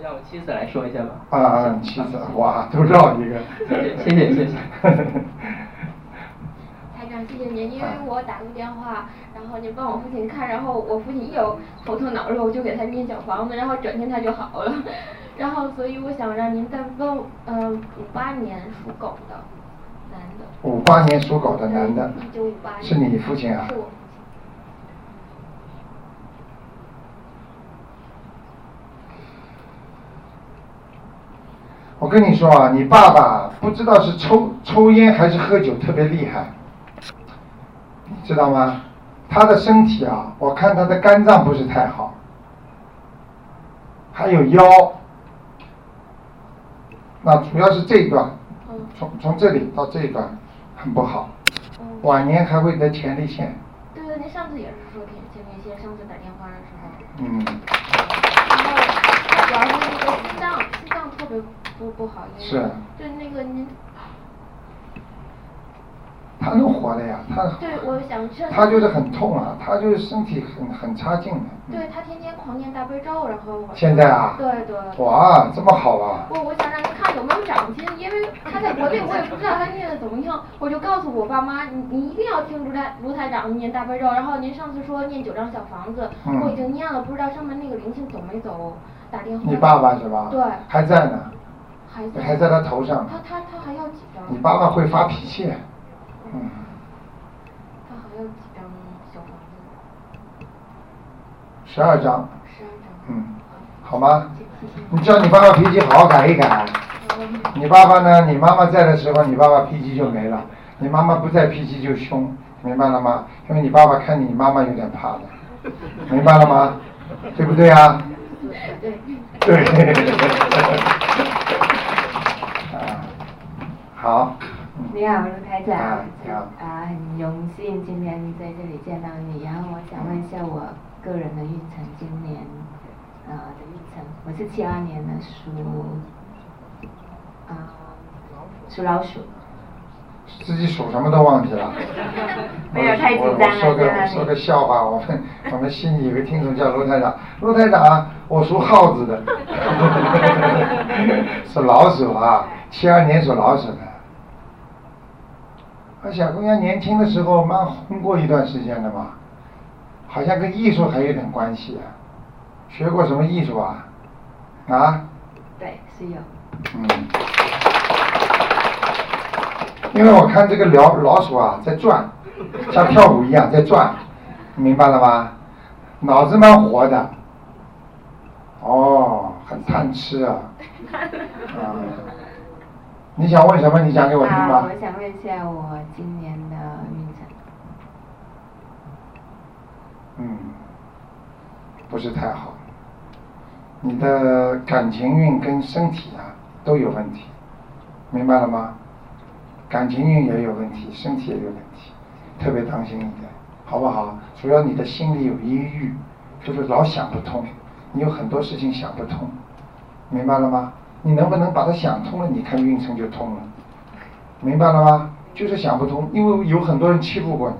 [SPEAKER 9] 让我妻子来说一下吧。
[SPEAKER 1] 啊啊，妻子，哇，都绕一个。
[SPEAKER 9] 谢谢谢谢。
[SPEAKER 4] 台长，谢谢您，因为
[SPEAKER 1] 嗯
[SPEAKER 4] 我打过电话，然后您帮我父亲看，然后我父亲一有头痛脑热，我就给他念小房子，然后转天他就好了。 *laughs* 然后，所以我想让您再问，嗯、呃，五八年属狗的男的。
[SPEAKER 1] 五八年属狗的男的。
[SPEAKER 4] 一九五八年。
[SPEAKER 1] 是你父亲啊？
[SPEAKER 4] 是我父
[SPEAKER 1] 亲。我跟你说啊，你爸爸不知道是抽抽烟还是喝酒特别厉害，你知道吗？他的身体啊，我看他的肝脏不是太好，还有腰。那主要是这一段，
[SPEAKER 4] 嗯
[SPEAKER 1] 从从这里到这一段很不好，晚年还会得前列腺。
[SPEAKER 4] 对对，您上次也是说前前列腺，上次打电话的时候。
[SPEAKER 1] 嗯。
[SPEAKER 4] 然后，然后那个心脏心脏特别不不好，因为
[SPEAKER 1] 是。
[SPEAKER 4] 对那个您。
[SPEAKER 1] 他能活的哎呀，他
[SPEAKER 4] 对，我想劝
[SPEAKER 1] 他就是很痛啊，他就是身体很很差劲的。
[SPEAKER 4] 对他天天狂念大悲咒，然后
[SPEAKER 1] 现在啊，
[SPEAKER 4] 对对，
[SPEAKER 1] 哇，这么好啊！
[SPEAKER 4] 我我想让他看有没有长进，因为他在国内我也不知道他念的怎么样，我就告诉我爸妈，你你一定要听卢台卢台长念大悲咒，然后您上次说念九张小房子，
[SPEAKER 1] 嗯、
[SPEAKER 4] 我已经念了，不知道上面那个灵性走没走，打电话。
[SPEAKER 1] 你爸爸是吧？
[SPEAKER 4] 对，
[SPEAKER 1] 还在呢，
[SPEAKER 4] 还在
[SPEAKER 1] 还在他头上。
[SPEAKER 4] 他他他还要几张？
[SPEAKER 1] 你爸爸会发脾气。
[SPEAKER 4] 嗯，他还有几张小房子？
[SPEAKER 1] 十二张。
[SPEAKER 4] 十二张。
[SPEAKER 1] 嗯，好吗？你叫你爸爸脾气好好改一改。
[SPEAKER 4] 嗯、
[SPEAKER 1] 你爸爸呢？你妈妈在的时候，你爸爸脾气就没了；你妈妈不在，脾气就凶，明白了吗？因为你爸爸看你妈妈有点怕的，明白了吗？对不对啊？
[SPEAKER 4] 对。
[SPEAKER 1] 对。 *laughs* 啊，好。
[SPEAKER 10] 你好，卢台长。
[SPEAKER 1] 啊，你好。
[SPEAKER 10] 啊，很荣幸今天在这里见到你。然后我想问一下我个人的运程，今年呃的运程，我是七二年的属啊、呃、属老鼠。
[SPEAKER 1] 自己属什么都忘记了。
[SPEAKER 10] 没有太紧张了。
[SPEAKER 1] 说个说个笑话，我们我们悉尼有个听众叫卢台长，卢台长，啊我属耗子的， *laughs* 是老鼠啊，七二年属老鼠的。那小姑娘年轻的时候蛮红过一段时间的嘛，好像跟艺术还有点关系啊。学过什么艺术啊？啊？
[SPEAKER 10] 对，是有。
[SPEAKER 1] 嗯。因为我看这个老老鼠啊在转，像跳舞一样在转，明白了吗？脑子蛮活的。哦，很贪吃啊。啊、嗯。你想问什么？你讲给我听吧。
[SPEAKER 10] 啊，我想问一下我今年的运程。
[SPEAKER 1] 嗯，不是太好。你的感情运跟身体啊都有问题，明白了吗？感情运也有问题，身体也有问题，特别当心一点，好不好？主要你的心里有抑郁，就是老想不通，你有很多事情想不通，明白了吗？你能不能把它想通了，你看运程就通了，明白了吗？就是想不通，因为有很多人欺负过你，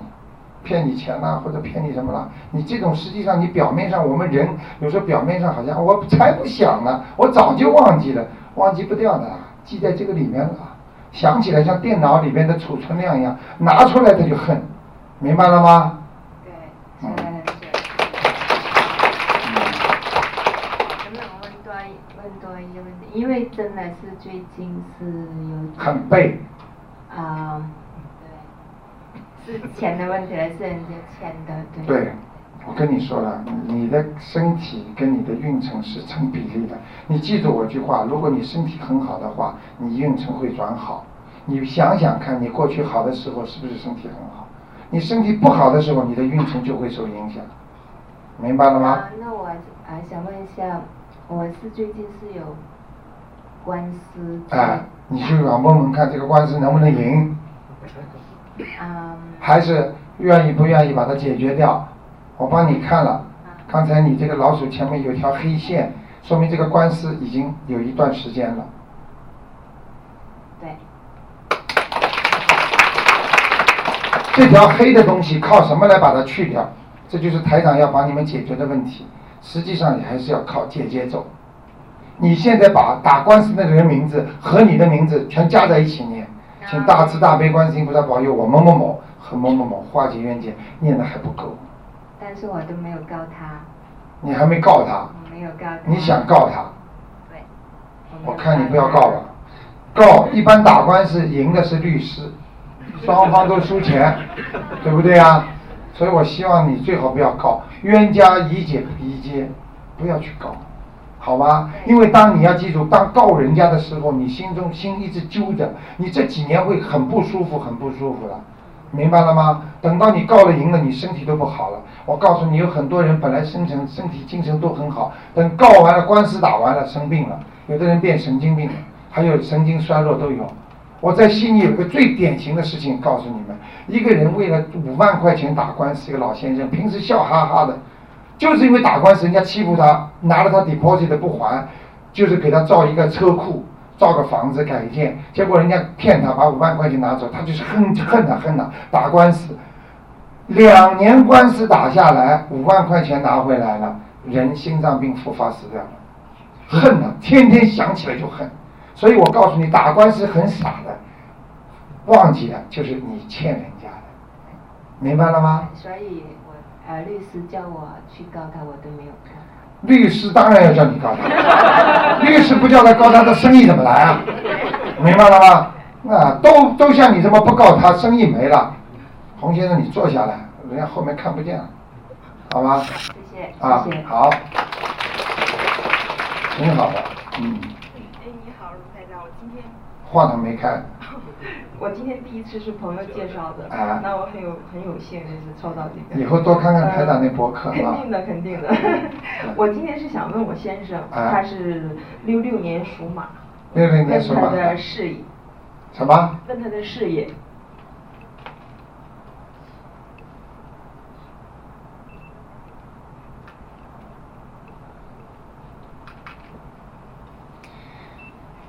[SPEAKER 1] 骗你钱啦、啊，或者骗你什么啦。你这种实际上你表面上我们人有时候表面上好像我才不想呢，我早就忘记了，忘记不掉的，记在这个里面了。想起来像电脑里面的储存量一样，拿出来他就恨，明白了
[SPEAKER 10] 吗？对，嗯。因为真的是最近是有
[SPEAKER 1] 很背
[SPEAKER 10] 啊、呃，对，是钱的问题了，是人家欠的，
[SPEAKER 1] 对。对，我跟你说了，你的身体跟你的运程是成比例的。你记住我句话，如果你身体很好的话，你运程会转好。你想想看，你过去好的时候是不是身体很好？你身体不好的时候，你的运程就会受影响，明白了吗？
[SPEAKER 11] 啊，那我啊想问一下，我是最近是有官司。
[SPEAKER 1] 哎，你就想问问看这个官司能不能赢？
[SPEAKER 11] 嗯。
[SPEAKER 1] 还是愿意不愿意把它解决掉？我帮你看了，刚才你这个老鼠前面有条黑线，说明这个官司已经有一段时间了。
[SPEAKER 11] 对。
[SPEAKER 1] 这条黑的东西靠什么来把它去掉？这就是台长要帮你们解决的问题。实际上你还是要靠姐姐走。你现在把打官司那个人名字和你的名字全加在一起念，
[SPEAKER 11] 啊
[SPEAKER 1] 请大慈大悲观世音菩萨保佑我某某某和某某某化解冤结，念的还不够。
[SPEAKER 11] 但是我都没有告他。
[SPEAKER 1] 你还没告他？
[SPEAKER 11] 我没有告他。
[SPEAKER 1] 你想告他？
[SPEAKER 11] 对。
[SPEAKER 1] 我看你不要告了，告一般打官司赢的是律师，
[SPEAKER 11] *laughs*
[SPEAKER 1] 双方都输钱，对不对啊？所以我希望你最好不要告，冤家宜解不宜结，不要去告，好吧？因为当你要记住，当告人家的时候，你心中心一直揪着，你这几年会很不舒服，很不舒服的。明白了吗？等到你告了赢了，你身体都不好了。我告诉你，有很多人本来身成身体精神都很好，等告完了官司打完了生病了，有的人变神经病了，还有神经衰弱都有。我在悉尼有个最典型的事情告诉你们：一个人为了五万块钱打官司，一个老先生平时笑哈哈的，就是因为打官司人家欺负他，拿了他 deposit 不还，就是给他造一个车库。造个房子改建，结果人家骗他，把五万块钱拿走，他就是恨恨呐恨呐，打官司，两年官司打下来，五万块钱拿回来了，人心脏病复发死掉了，恨呐，天天想起来就恨，所以我告诉你，打官司很傻的，忘记了就是你欠人家的，明白了吗？
[SPEAKER 11] 所以我呃，律师叫我去告他，我都没有告。
[SPEAKER 1] 律师当然要叫你告
[SPEAKER 11] *laughs*
[SPEAKER 1] 他，律师不叫他告他，的生意怎么来啊？明白了吗？那都都像你这么不告他，生意没了。洪先生，你坐下来，人家后面看不见了，好吗？
[SPEAKER 11] 谢谢，
[SPEAKER 1] 啊，
[SPEAKER 11] 谢谢
[SPEAKER 1] 好，挺好的，嗯。
[SPEAKER 10] 哎，你好，卢台长，我今天。
[SPEAKER 1] 话筒没开。
[SPEAKER 10] 我今天第一次是朋友介绍的，
[SPEAKER 1] 啊
[SPEAKER 10] 那我很有很有幸就是抽到这个。
[SPEAKER 1] 以后多看看台长那博客
[SPEAKER 10] 呃
[SPEAKER 1] 啊嗯
[SPEAKER 10] 肯定的，肯定的。我今天是想问我先生，
[SPEAKER 1] 啊
[SPEAKER 10] 他是六六年属马，
[SPEAKER 1] 六六年属马
[SPEAKER 10] 问他的事业，
[SPEAKER 1] 什么？
[SPEAKER 10] 问他的事业，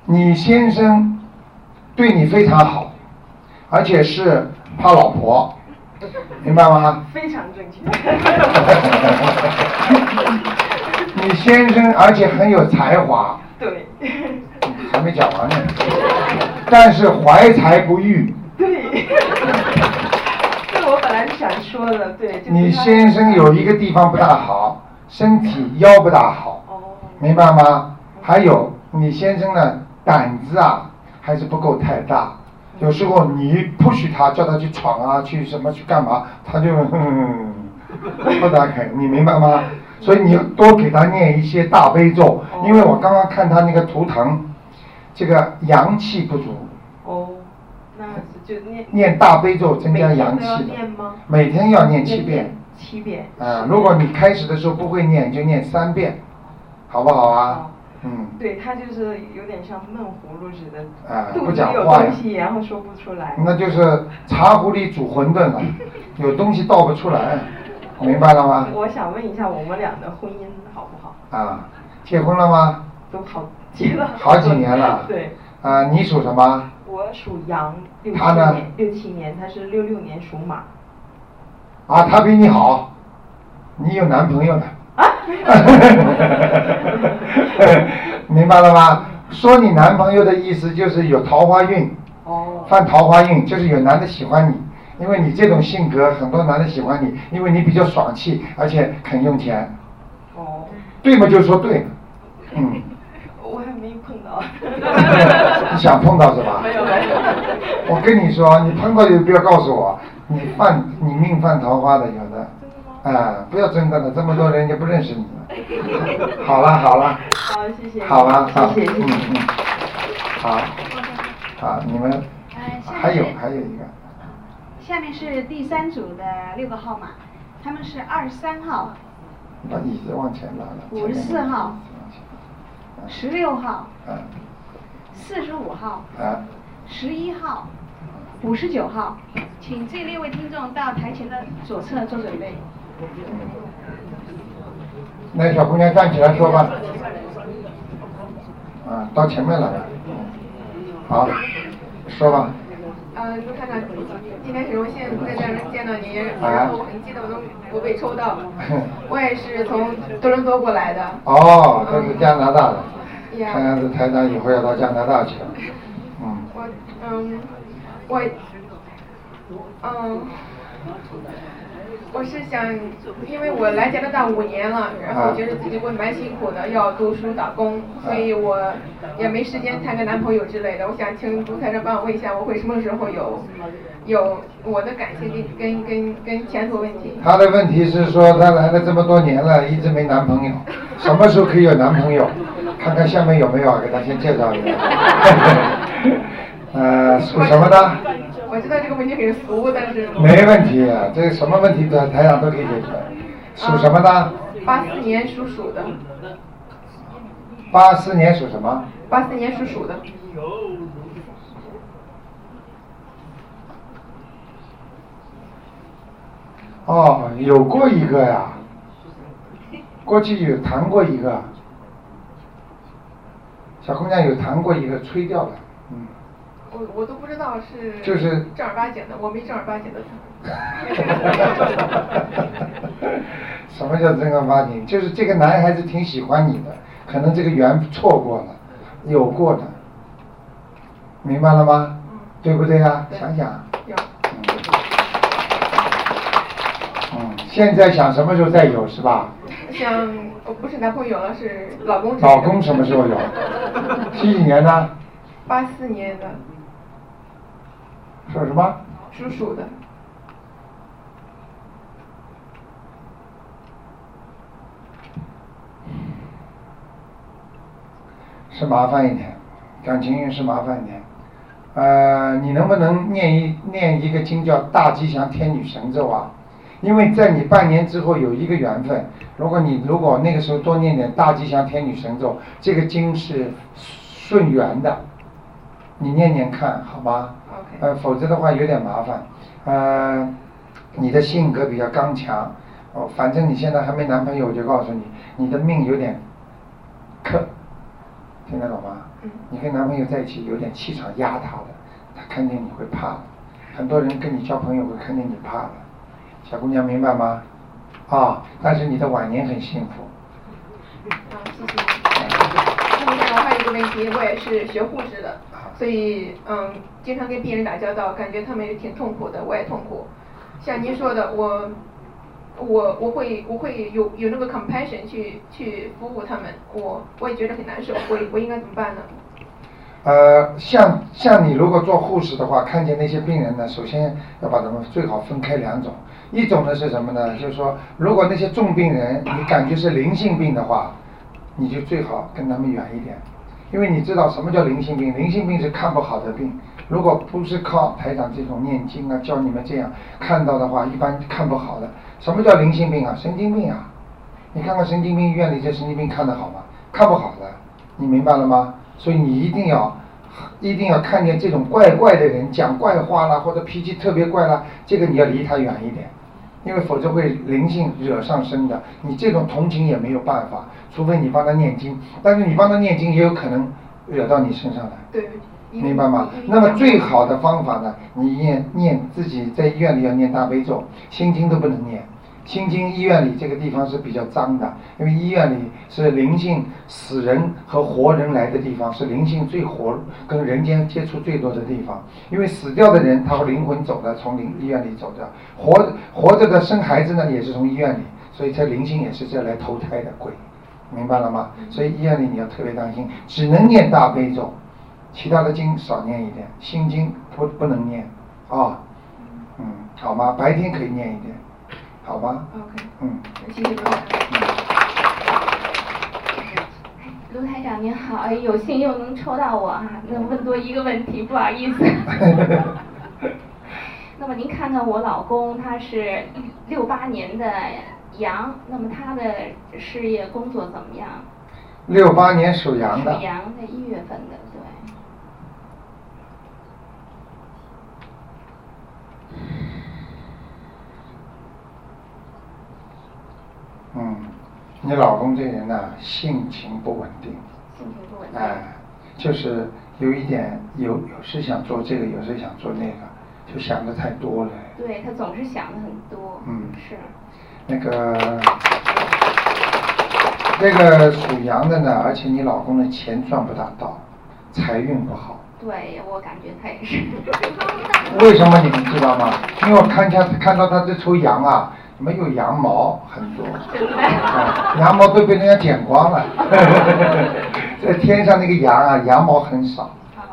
[SPEAKER 1] 你先生对你非常好，而且是怕老婆，明白吗？
[SPEAKER 10] 非常正确。
[SPEAKER 1] *laughs* 你先生而且很有才华，
[SPEAKER 10] 对，
[SPEAKER 1] 还没讲完呢。但是怀才不遇，
[SPEAKER 10] 对，
[SPEAKER 1] *laughs*
[SPEAKER 10] 对我本来是想说的，对，就是
[SPEAKER 1] 你
[SPEAKER 10] 他
[SPEAKER 1] 先生有一个地方不大好，身体腰不大好，明白吗？还有你先生呢，胆子啊还是不够太大，有时候你不许他，叫他去闯啊，去什么去干嘛，他就嗯不大肯，你明白吗？所以你要多给他念一些大悲咒，因为我刚刚看他那个图腾，这个阳气不足，
[SPEAKER 10] 哦，那是就念
[SPEAKER 1] 念大悲咒增加阳气
[SPEAKER 10] 每
[SPEAKER 1] 的
[SPEAKER 10] 天都要念吗？
[SPEAKER 1] 每天要念七遍。
[SPEAKER 10] 七遍。
[SPEAKER 1] 啊、如果你开始的时候不会念，就念三遍，好不好啊？嗯，
[SPEAKER 10] 对他就是有点像闷葫芦似的，
[SPEAKER 1] 啊
[SPEAKER 10] 肚
[SPEAKER 1] 不
[SPEAKER 10] 子
[SPEAKER 1] 讲
[SPEAKER 10] 有
[SPEAKER 1] 话呀
[SPEAKER 10] 东西，然后说不出来。
[SPEAKER 1] 那就是茶壶里煮馄饨了，
[SPEAKER 10] *laughs*
[SPEAKER 1] 有东西倒不出来，明白了吗？
[SPEAKER 10] 我想问一下，我们俩的婚姻好不好？
[SPEAKER 1] 啊，结婚了吗？
[SPEAKER 10] 都好结了
[SPEAKER 1] 好几年了
[SPEAKER 10] 对，
[SPEAKER 1] 啊，你属什么？
[SPEAKER 10] 我属羊，六七
[SPEAKER 1] 他呢
[SPEAKER 10] 年，六七年，他是六六年属马。
[SPEAKER 1] 啊，他比你好，你有男朋友了。 *laughs* 明白了吗？说你男朋友的意思就是有桃花运，犯桃花运就是有男的喜欢你，因为你这种性格，很多男的喜欢你，因为你比较爽气，而且肯用钱，
[SPEAKER 10] 哦，
[SPEAKER 1] 对嘛就说对，嗯，
[SPEAKER 10] 我还没碰到。
[SPEAKER 1] *laughs* 你想碰到是吧？
[SPEAKER 10] *laughs* 没有没有。
[SPEAKER 1] 我跟你说，你碰到就不要告诉我，你犯你命犯桃花的有的，啊，不要争个了，这么多人就不认识你了。好了好了，
[SPEAKER 10] 好，谢谢。
[SPEAKER 1] 好吧，好，
[SPEAKER 10] 谢谢谢
[SPEAKER 1] 嗯
[SPEAKER 10] 谢。
[SPEAKER 1] 嗯，好，好，你们
[SPEAKER 6] 呃，下面
[SPEAKER 1] 还有
[SPEAKER 6] 是
[SPEAKER 1] 还有一个，
[SPEAKER 6] 下面是第三组的六个号码，他们是二十三号、
[SPEAKER 1] 把椅子往前拉了。
[SPEAKER 6] 五十四号、十六号、
[SPEAKER 1] 嗯，
[SPEAKER 6] 四十五号、
[SPEAKER 1] 啊，
[SPEAKER 6] 十一号、五十九号，请这六位听众到台前的左侧做准备。
[SPEAKER 1] 那小姑娘站起来说吧，啊，到前面来吧，好，说吧，
[SPEAKER 12] 呃，就看到今天很荣幸在这儿见到您，
[SPEAKER 1] 啊
[SPEAKER 12] 然后我很激动，都我被
[SPEAKER 1] *laughs*
[SPEAKER 12] 抽到了。我也是从多伦多过来的。嗯
[SPEAKER 1] 哦，这是加拿大的，
[SPEAKER 12] 呀
[SPEAKER 1] 看样子台长以后要到加拿大去了，嗯，
[SPEAKER 12] 我嗯，我嗯，我是想，因为我来加拿大五年了，然后
[SPEAKER 1] 啊
[SPEAKER 12] 我觉得自己过得蛮辛苦的，要读书打工，所以
[SPEAKER 1] 啊
[SPEAKER 12] 我也没时间谈个男朋友之类的。我想请卢台长帮我问一下，我会什么时候有有我的感情跟跟跟跟前途问题？
[SPEAKER 1] 她的问题是说她来了这么多年了，一直没男朋友，什么时候可以有男朋友？ *laughs* 看看下面有没有啊，给她先介绍一下， *laughs* 呃，属什么的？
[SPEAKER 12] 我知道这个问题很俗，但是
[SPEAKER 1] 没问题，啊这什么问题的台长都可以解决。属什么呢？
[SPEAKER 12] 啊八四年属鼠的，
[SPEAKER 1] 八四年属什么？
[SPEAKER 12] 八四年属鼠的，
[SPEAKER 1] 哦，有过一个呀，过去有谈过一个，小姑娘有谈过一个，吹掉了。嗯，
[SPEAKER 12] 我我都不知道是
[SPEAKER 1] 就是
[SPEAKER 12] 正儿八经的，我没正儿八经的谈。
[SPEAKER 1] 什么叫正儿八经？就是这个男孩子挺喜欢你的，可能这个缘错过了，有过的，明白了吗？对不对呀？想想。
[SPEAKER 12] 有
[SPEAKER 1] 嗯，现在想什么时候再有是吧？
[SPEAKER 12] 像我不是男朋友了，是老公。
[SPEAKER 1] 老公什么时候有？
[SPEAKER 12] *laughs*
[SPEAKER 1] 几几年呢？
[SPEAKER 12] 八四年的，
[SPEAKER 1] 说什么？
[SPEAKER 12] 属鼠的。
[SPEAKER 1] 是麻烦一点，感情运是麻烦一点。呃，你能不能念一念一个经叫《大吉祥天女神咒》啊？因为在你半年之后有一个缘分，如果你如果那个时候多念点《大吉祥天女神咒》，这个经是顺缘的，你念念看好吗？呃，否则的话有点麻烦。呃，你的性格比较刚强，哦，反正你现在还没男朋友，我就告诉你，你的命有点克，听得懂吗？你跟男朋友在一起有点气场压他的，他看见你会怕的。很多人跟你交朋友会看见你怕的，小姑娘明白吗？啊、但是你的晚年很幸福。
[SPEAKER 12] 啊，谢谢。那我还有一个问题，我也是学护士的，
[SPEAKER 13] 啊
[SPEAKER 12] 所以嗯，经常跟病人打交道，感觉他们也挺痛苦的，我也痛苦。像您说的，我我我会我会有有那个 compassion 去去服务他们，我我也觉得很难受，我我应该怎么办呢？
[SPEAKER 1] 呃，像像你如果做护士的话，看见那些病人呢，首先要把他们最好分开两种，一种呢是什么呢？就是说，如果那些重病人你感觉是灵性病的话，你就最好跟他们远一点，因为你知道什么叫灵性病，灵性病是看不好的病，如果不是靠台长这种念经啊，教你们这样看到的话，一般看不好的。什么叫灵性病啊？神经病啊！你看看神经病医院里这神经病看得好吗？看不好的，你明白了吗？所以你一定要，一定要看见这种怪怪的人讲怪话啦，或者脾气特别怪啦，这个你要离他远一点，因为否则会灵性惹上身的。你这种同情也没有办法，除非你帮他念经，但是你帮他念经也有可能惹到你身上来。
[SPEAKER 12] 对，
[SPEAKER 1] 明白吗？那么最好的方法呢，你念念自己在医院里要念大悲咒，心经都不能念。心经医院里这个地方是比较脏的，因为医院里是灵性死人和活人来的地方，是灵性最活跟人间接触最多的地方。因为死掉的人，他会灵魂走的，从灵医院里走的；活活着的生孩子呢，也是从医院里，所以这灵性也是这来投胎的鬼，明白了吗？所以医院里你要特别当心，只能念大悲咒。其他的经少念一点，心经不不能念啊、嗯，好吗？白天可以念一点，好吧
[SPEAKER 12] ？OK，
[SPEAKER 1] 嗯，
[SPEAKER 12] 谢谢卢台
[SPEAKER 1] 长。
[SPEAKER 4] 哎卢台长您好，哎，有幸又能抽到我啊，那问多一个问题，不好意思。 *laughs* 那么您看看我老公，他是六八年的羊，那么他的事业工作怎么样？
[SPEAKER 1] 六八年属羊的
[SPEAKER 4] 属，羊的一月份的，对。
[SPEAKER 1] 嗯，你老公这人呢、性情不稳定，
[SPEAKER 4] 性情不稳定。
[SPEAKER 1] 哎，就是有一点有有时想做这个，有时想做那个，就想的太多了。
[SPEAKER 4] 对他总是想的很多。
[SPEAKER 1] 嗯
[SPEAKER 4] 是。
[SPEAKER 1] 那个，那个属羊的呢，而且你老公的钱赚不大到，财运不好。
[SPEAKER 4] 对，我感觉他也是。
[SPEAKER 1] 为什么你们知道吗？因为我看见看到他这头羊啊，没有羊毛很多，啊羊毛都被人家剪光了。在天上那个羊啊，羊毛很少，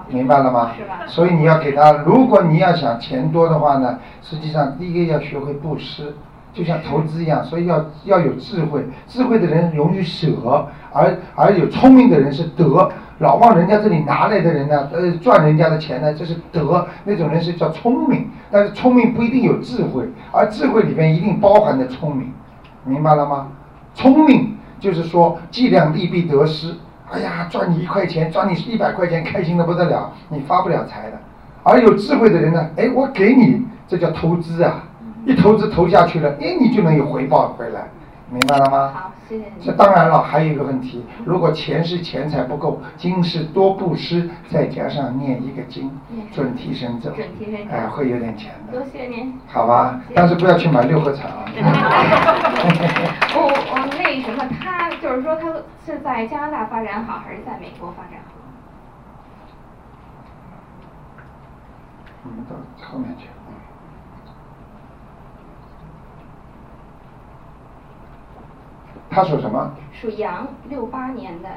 [SPEAKER 1] 明白了吗？所以你要给他，如果你要想钱多的话呢，实际上第一个要学会布施。就像投资一样，所以要要有智慧。智慧的人容易舍，而而有聪明的人是得。老往人家这里拿来的人呢，呃，赚人家的钱呢，这是得。那种人是叫聪明，但是聪明不一定有智慧，而智慧里面一定包含着聪明，明白了吗？聪明就是说计量利弊得失。哎呀，赚你一块钱，赚你一百块钱，开心的不得了，你发不了财的。而有智慧的人呢，哎，我给你，这叫投资啊。
[SPEAKER 4] 嗯
[SPEAKER 1] 一投资投下去了，哎，你就能有回报回来，明白了吗？
[SPEAKER 4] 好，谢谢您。
[SPEAKER 1] 这当然了，还有一个问题，如果前世钱财不够，今世多布施，再加上念一个经，准提神咒，
[SPEAKER 4] 准提神咒
[SPEAKER 1] 哎，会有点钱的，
[SPEAKER 4] 多谢您。
[SPEAKER 1] *laughs* 好吧？但是不要去买六合彩
[SPEAKER 4] *laughs*
[SPEAKER 1] 啊。 *laughs*
[SPEAKER 4] 我我哦那什么，他就是说他是在加拿大发展好，还是在美国发展好？
[SPEAKER 1] 你们到后面去。嗯他属什么？
[SPEAKER 4] 属羊，六八年的。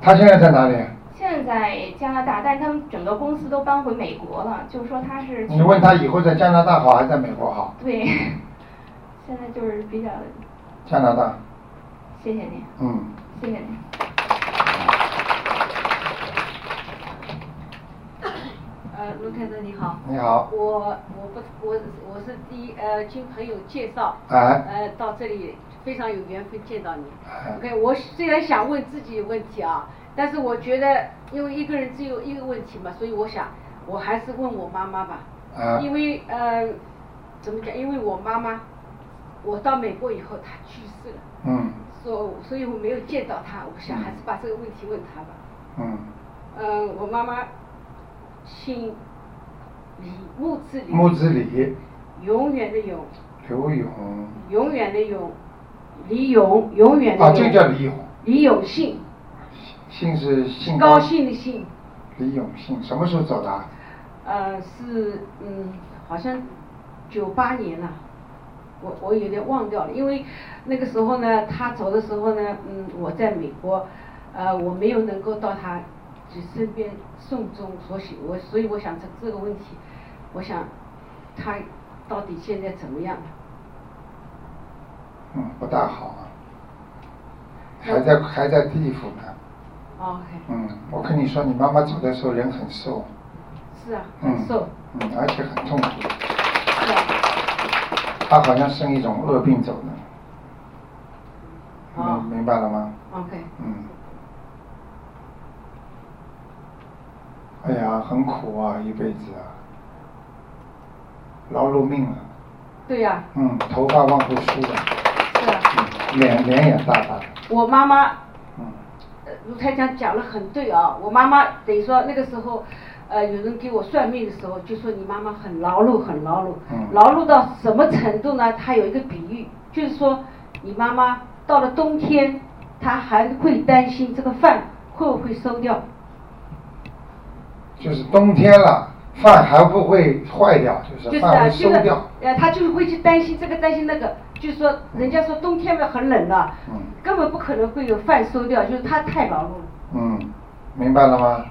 [SPEAKER 1] 他现在在哪里？
[SPEAKER 4] 现在在加拿大，但是他们整个公司都搬回美国了，就是说他是。
[SPEAKER 1] 你问他以后在加拿大好还是在美国好？
[SPEAKER 4] 对， *laughs* 现在就是比较，
[SPEAKER 1] 加拿大，
[SPEAKER 4] 谢谢您，
[SPEAKER 1] 嗯，
[SPEAKER 4] 谢谢您。
[SPEAKER 14] 呃，卢太太你好。
[SPEAKER 1] 你好
[SPEAKER 14] 我我不我我是第一呃经朋友介绍，
[SPEAKER 1] 哎
[SPEAKER 14] 呃到这里非常有缘分见到你。
[SPEAKER 1] 哎
[SPEAKER 14] OK，我虽然想问自己问题啊，但是我觉得因为一个人只有一个问题嘛，所以我想我还是问我妈妈吧。
[SPEAKER 1] 啊
[SPEAKER 14] 因为呃怎么讲？因为我妈妈，我到美国以后她去世了，
[SPEAKER 1] 嗯
[SPEAKER 14] 所所以我没有见到她，我想还是把这个问题问她吧。
[SPEAKER 1] 嗯，
[SPEAKER 14] 呃，我妈妈姓李，木字李，
[SPEAKER 1] 木子李，
[SPEAKER 14] 永远的永，
[SPEAKER 1] 刘勇，
[SPEAKER 14] 永远的永，李永，永远的
[SPEAKER 1] 啊，
[SPEAKER 14] 永
[SPEAKER 1] 这个叫李勇，
[SPEAKER 14] 李永信，
[SPEAKER 1] 姓是姓
[SPEAKER 14] 高兴的兴，
[SPEAKER 1] 李永信，什么时候走的啊？
[SPEAKER 14] 呃，是嗯，好像九八年了，我我有点忘掉了，因为那个时候呢，他走的时候呢，嗯，我在美国，呃，我没有能够到他就身边送终，所以我所以我想这这个问题，我想他到底现在怎么样？
[SPEAKER 1] 嗯，不大好啊，还在还在地府呢。
[SPEAKER 14] 哦，
[SPEAKER 1] 嗯，我跟你说，你妈妈走的时候人很瘦，
[SPEAKER 14] 是啊，
[SPEAKER 1] 嗯
[SPEAKER 14] 很瘦，
[SPEAKER 1] 嗯，而且很痛苦，
[SPEAKER 14] 是啊，
[SPEAKER 1] 她好像生一种恶病走的，嗯
[SPEAKER 14] 哦
[SPEAKER 1] 明明白了吗？
[SPEAKER 14] ，OK，
[SPEAKER 1] 嗯。哎呀，很苦啊，一辈子啊，劳碌命啊，
[SPEAKER 14] 对呀、
[SPEAKER 1] 嗯，头发往后梳了，
[SPEAKER 14] 是啊。
[SPEAKER 1] 嗯脸脸也大大的，
[SPEAKER 14] 我妈妈，
[SPEAKER 1] 嗯
[SPEAKER 14] 呃，卢台长讲了很对啊，我妈妈等于说那个时候，呃，有人给我算命的时候就说你妈妈很劳碌，很劳碌，
[SPEAKER 1] 嗯
[SPEAKER 14] 劳碌到什么程度呢？她有一个比喻，就是说你妈妈到了冬天，她还会担心这个饭会不会馊掉。
[SPEAKER 1] 就是冬天了，饭还不会坏掉，就
[SPEAKER 14] 就是是
[SPEAKER 1] 饭
[SPEAKER 14] 啊，
[SPEAKER 1] 会
[SPEAKER 14] 这
[SPEAKER 1] 馊
[SPEAKER 14] 个
[SPEAKER 1] 掉，
[SPEAKER 14] 呃，他就是会去担心这个担心那个，就是说人家说冬天嘛很冷了，根本不可能会有饭馊掉，就是他太忙碌了。
[SPEAKER 1] 嗯，明白了吗？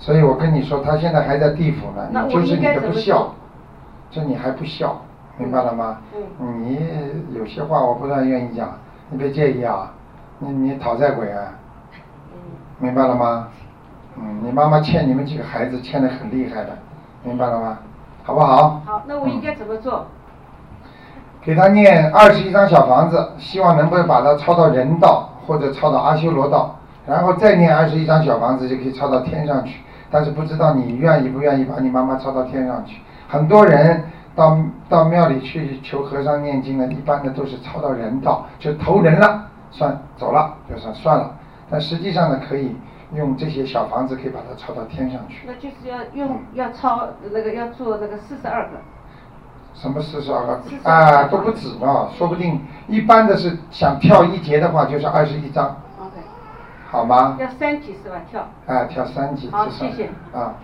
[SPEAKER 1] 所以我跟你说，他现在还在地府呢，
[SPEAKER 14] 那
[SPEAKER 1] 你
[SPEAKER 14] 我
[SPEAKER 1] 就是
[SPEAKER 14] 应
[SPEAKER 1] 你
[SPEAKER 14] 该
[SPEAKER 1] 的
[SPEAKER 14] 怎
[SPEAKER 1] 不
[SPEAKER 14] 么
[SPEAKER 1] 孝
[SPEAKER 14] 做，
[SPEAKER 1] 这你还不孝，明白了吗？嗯。你有些话我不太愿意讲，你别介意啊，你你讨债鬼啊，
[SPEAKER 14] 嗯
[SPEAKER 1] 明白了吗？嗯，你妈妈欠你们几个孩子欠的很厉害的，明白了吗？好不好？
[SPEAKER 14] 好，那我应该怎么做？
[SPEAKER 1] 给他念二十一张小房子，希望能够把它抄到人道或者抄到阿修罗道，然后再念二十一张小房子就可以抄到天上去。但是不知道你愿意不愿意把你妈妈抄到天上去？很多人到到庙里去求和尚念经呢，一般的都是抄到人道，就投人了，算走了，就算算了。但实际上呢，可以用这些小房子可以把它抄到天上去。
[SPEAKER 14] 那就是要用要抄那个要做那个四十二个。
[SPEAKER 1] 什么四十二个啊都不止呢，说不定一般的是想跳一节的话就是二十一张，
[SPEAKER 14] OK。
[SPEAKER 1] 好吗？
[SPEAKER 14] 要三级是吧？跳。
[SPEAKER 1] 啊，跳三级
[SPEAKER 14] 好
[SPEAKER 1] 至少
[SPEAKER 14] 谢谢
[SPEAKER 1] 啊，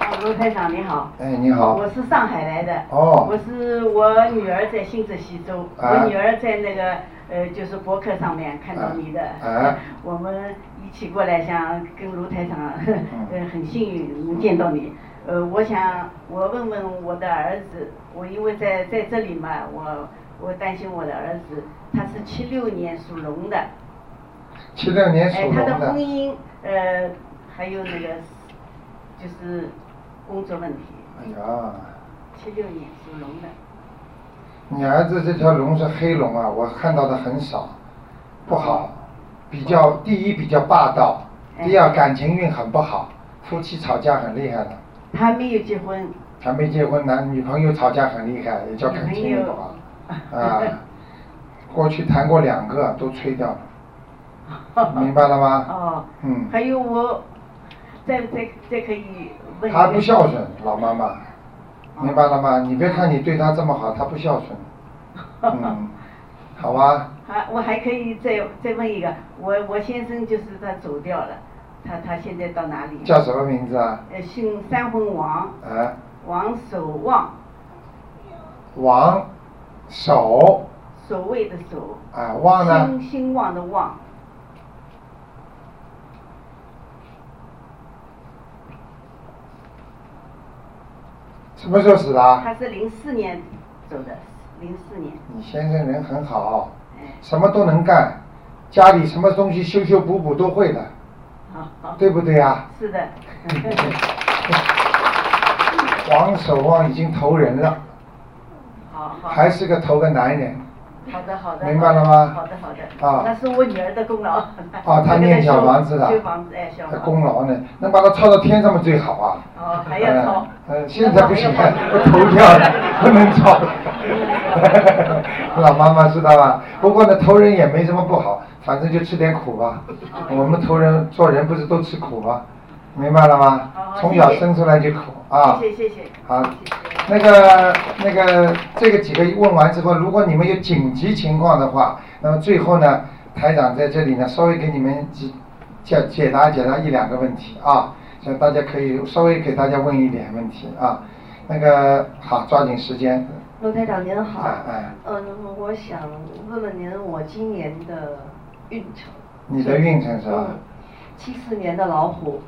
[SPEAKER 13] 啊，卢台长你好。
[SPEAKER 1] 哎你好
[SPEAKER 13] 我是上海来的。
[SPEAKER 1] 哦
[SPEAKER 13] 我是我女儿在新泽西州，
[SPEAKER 1] 啊
[SPEAKER 13] 我女儿在那个呃，就是博客上面看到你的，呃
[SPEAKER 1] 啊
[SPEAKER 13] 我们一起过来想跟卢台长，
[SPEAKER 1] 嗯
[SPEAKER 13] *laughs* 呃，很幸运能见到你。呃，我想我问问我的儿子，我因为在在这里嘛，我我担心我的儿子，他是七六年属龙的，
[SPEAKER 1] 七六年属
[SPEAKER 13] 哎，他
[SPEAKER 1] 龙
[SPEAKER 13] 的婚
[SPEAKER 1] 的，
[SPEAKER 13] 姻呃，还有那个就是工作问题。
[SPEAKER 1] 哎呀，
[SPEAKER 13] 七六年属龙的，
[SPEAKER 1] 你儿子这条龙是黑龙啊，我看到的很少，不好，比较第一比较霸道，
[SPEAKER 13] 哎
[SPEAKER 1] 第二感情运很不好，夫妻吵架很厉害的，
[SPEAKER 13] 他没有结婚，
[SPEAKER 1] 还没结婚男女朋友吵架很厉害，也叫感情
[SPEAKER 13] 女
[SPEAKER 1] 运
[SPEAKER 13] 朋
[SPEAKER 1] 不
[SPEAKER 13] 友
[SPEAKER 1] 好 *laughs* 啊，
[SPEAKER 13] *laughs*
[SPEAKER 1] 过去谈过两个都吹掉了。明白了吗？
[SPEAKER 13] 哦，
[SPEAKER 1] 嗯，
[SPEAKER 13] 还有我，再再再可以问。
[SPEAKER 1] 他不孝顺，。老妈妈，明白了吗？你别看你对他这么好，他不孝顺，嗯，好吧，
[SPEAKER 13] 还我还可以再再问一个，我我先生就是他走掉了，他他现在到哪里？
[SPEAKER 1] 叫什么名字啊？
[SPEAKER 13] 呃，姓三魂王，
[SPEAKER 1] 啊，
[SPEAKER 13] 王守望，
[SPEAKER 1] 王守
[SPEAKER 13] 守卫的守，
[SPEAKER 1] 啊，望呢？
[SPEAKER 13] 兴兴旺的旺，
[SPEAKER 1] 什么时候死的啊？
[SPEAKER 13] 他是零四年走的，零四年。
[SPEAKER 1] 你先生人很好，什么都能干，家里什么东西修修补补都会的，
[SPEAKER 13] 好好。
[SPEAKER 1] 对不对啊？
[SPEAKER 13] 是的。
[SPEAKER 1] 王守望已经投人了，
[SPEAKER 13] *laughs* 好好。
[SPEAKER 1] 还是个投个男人。
[SPEAKER 13] 好的好的，
[SPEAKER 1] 明白了吗
[SPEAKER 13] 好的好的，
[SPEAKER 1] 啊
[SPEAKER 13] 那是我女儿的功劳。
[SPEAKER 1] 啊，他念小房子的
[SPEAKER 13] *laughs* 修房子哎，小，
[SPEAKER 1] 他
[SPEAKER 13] 房
[SPEAKER 1] 功劳呢，能把他抄到天上面最好啊。
[SPEAKER 13] 哦，还要抄。
[SPEAKER 1] 呃，呃现在不行了，我头掉了，不能抄 *laughs* 了。老妈妈知道吧？不过呢，投人也没什么不好，反正就吃点苦吧。我们投人做人不是都吃苦吗？明白了吗？
[SPEAKER 13] 哦
[SPEAKER 1] 从小生出来就苦啊。
[SPEAKER 13] 谢谢谢谢。
[SPEAKER 1] 好，那个那个这个几个问完之后，如果你们有紧急情况的话，那么最后呢，台长在这里呢，稍微给你们解解解答解答一两个问题啊，所以大家可以稍微给大家问一点问题啊。那个好，抓紧时间。
[SPEAKER 15] 陆台长您好，
[SPEAKER 1] 哎哎，
[SPEAKER 10] 呃
[SPEAKER 15] 嗯，我想问问您，我今年的运程，
[SPEAKER 1] 你的运程是吧？
[SPEAKER 15] 七四年的老虎，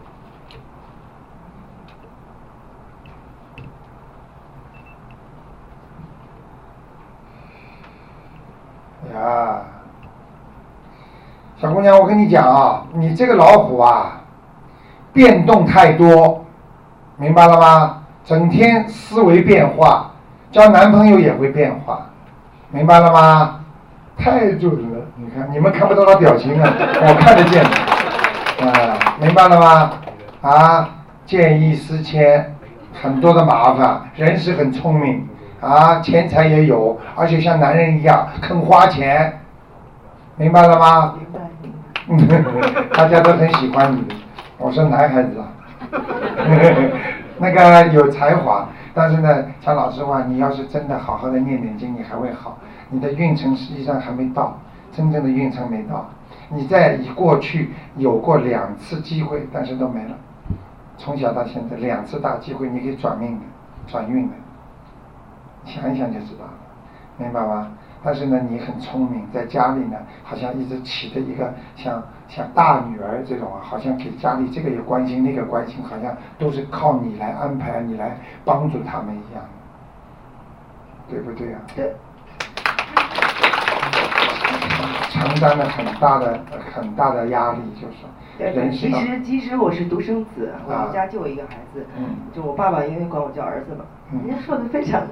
[SPEAKER 1] 呀，小姑娘，我跟你讲啊，你这个老虎啊，变动太多，明白了吗？整天思维变化，交男朋友也会变化，明白了吗？太准了，你看你们看不到他表情啊，我看得见的，啊、明白了吗？啊，见异思迁，很多的麻烦，人是很聪明，啊，钱财也有，而且像男人一样肯花钱，明白了吗？明白。 *laughs* 大家都很喜欢你，我是男孩子啊。那个有才华，但是呢，讲老实话，你要是真的好好的念点经，你还会好。你的运程实际上还没到，真正的运程没到。你在以过去有过两次机会，但是都没了。从小到现在两次大机会，你可以转命的，转运的。想一想就知道了，明白吗？但是呢，你很聪明，在家里呢，好像一直起着一个像像大女儿这种啊，好像给家里这个也关心，那个关心，好像都是靠你来安排，你来帮助他们一样，对不对啊？
[SPEAKER 16] 对。
[SPEAKER 1] 承担了很大的很大的压力，就是
[SPEAKER 10] 对
[SPEAKER 1] 人
[SPEAKER 10] 对，
[SPEAKER 1] 是
[SPEAKER 10] 其
[SPEAKER 1] 吧
[SPEAKER 10] 实其实我是独生子，我
[SPEAKER 1] 啊
[SPEAKER 10] 们家就我一个孩子，
[SPEAKER 1] 嗯
[SPEAKER 10] 就我爸爸因为管我叫儿子嘛，
[SPEAKER 1] 嗯
[SPEAKER 10] 人家说的非常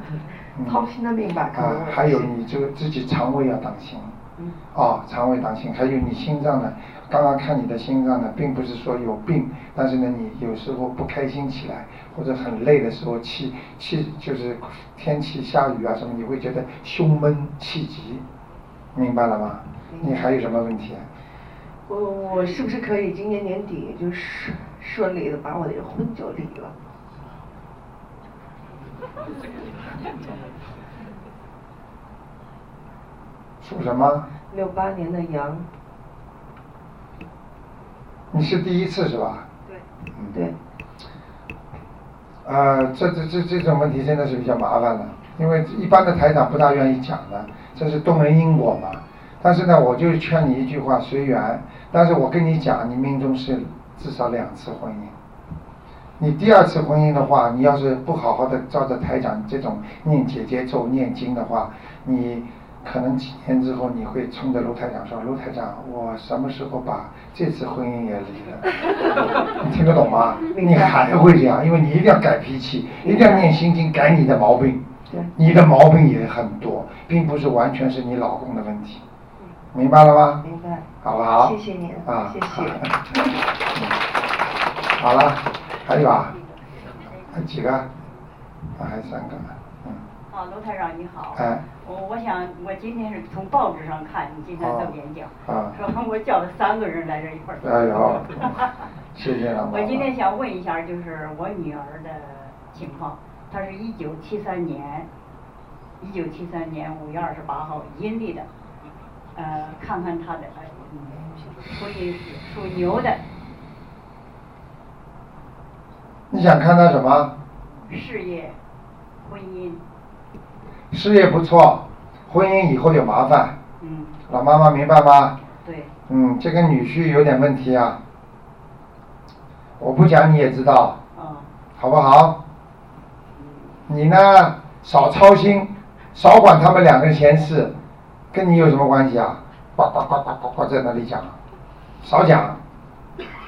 [SPEAKER 1] 嗯
[SPEAKER 10] 掏心的病吧，可能
[SPEAKER 1] 啊
[SPEAKER 10] 我，
[SPEAKER 1] 还有你这个自己肠胃要当心。
[SPEAKER 10] 嗯
[SPEAKER 1] 哦，肠胃当心，还有你心脏呢。刚刚看你的心脏呢，并不是说有病，但是呢，你有时候不开心起来，或者很累的时候，气气就是天气下雨啊什么，你会觉得胸闷气急，明白了吗？你还有什么问题啊？
[SPEAKER 10] 我我是不是可以今年年底就顺顺利的把我的婚就离了？
[SPEAKER 1] 属什么？
[SPEAKER 10] 六八年的羊，
[SPEAKER 1] 你是第一次是吧？
[SPEAKER 17] 对。
[SPEAKER 1] 嗯。
[SPEAKER 10] 对。
[SPEAKER 1] 呃，这这这这种问题真的是比较麻烦了，因为一般的台长不大愿意讲的，这是动人因果嘛。但是呢，我就劝你一句话，随缘。但是我跟你讲，你命中是至少两次婚姻。你第二次婚姻的话，你要是不好好的照着台长这种念姐姐咒、念经的话，你可能几年之后你会冲着卢台长说：“卢台长，我什么时候把这次婚姻也离了？”你听得懂吗？
[SPEAKER 10] 明白
[SPEAKER 1] 你还会这啊样，因为你一定要改脾气，一定要念心经，改你的毛病。
[SPEAKER 10] 对
[SPEAKER 1] 你的毛病也很多，并不是完全是你老公的问题，明白了吗？
[SPEAKER 10] 明白。
[SPEAKER 1] 好不好？
[SPEAKER 10] 谢谢你
[SPEAKER 1] 啊，
[SPEAKER 10] 谢谢。
[SPEAKER 1] 好 *laughs* 了，还有啊，还几个？啊，还有三个。嗯，
[SPEAKER 11] 啊，罗台长你好。
[SPEAKER 1] 哎
[SPEAKER 11] 我我想我今天是从报纸上看你今天在演讲，
[SPEAKER 1] 啊
[SPEAKER 11] 说我叫了三个人来这一块儿。
[SPEAKER 1] 哎
[SPEAKER 11] *laughs*
[SPEAKER 1] 呦谢谢了。
[SPEAKER 11] 我今天想问一下，就是我女儿的情况，她是一九七三年，一九七三年五月二十八号阴历的，呃，看看她的，哎嗯属于属牛的
[SPEAKER 1] 你想看他什么？
[SPEAKER 11] 事业、婚姻，
[SPEAKER 1] 事业不错，婚姻以后有麻烦。
[SPEAKER 11] 嗯，
[SPEAKER 1] 老妈妈明白吗？
[SPEAKER 11] 对，
[SPEAKER 1] 嗯，这个女婿有点问题啊。我不讲你也知道，
[SPEAKER 11] 嗯，
[SPEAKER 1] 好不好？你呢，少操心，少管他们两个人闲事，跟你有什么关系啊？呱呱呱呱呱呱在那里讲，少讲，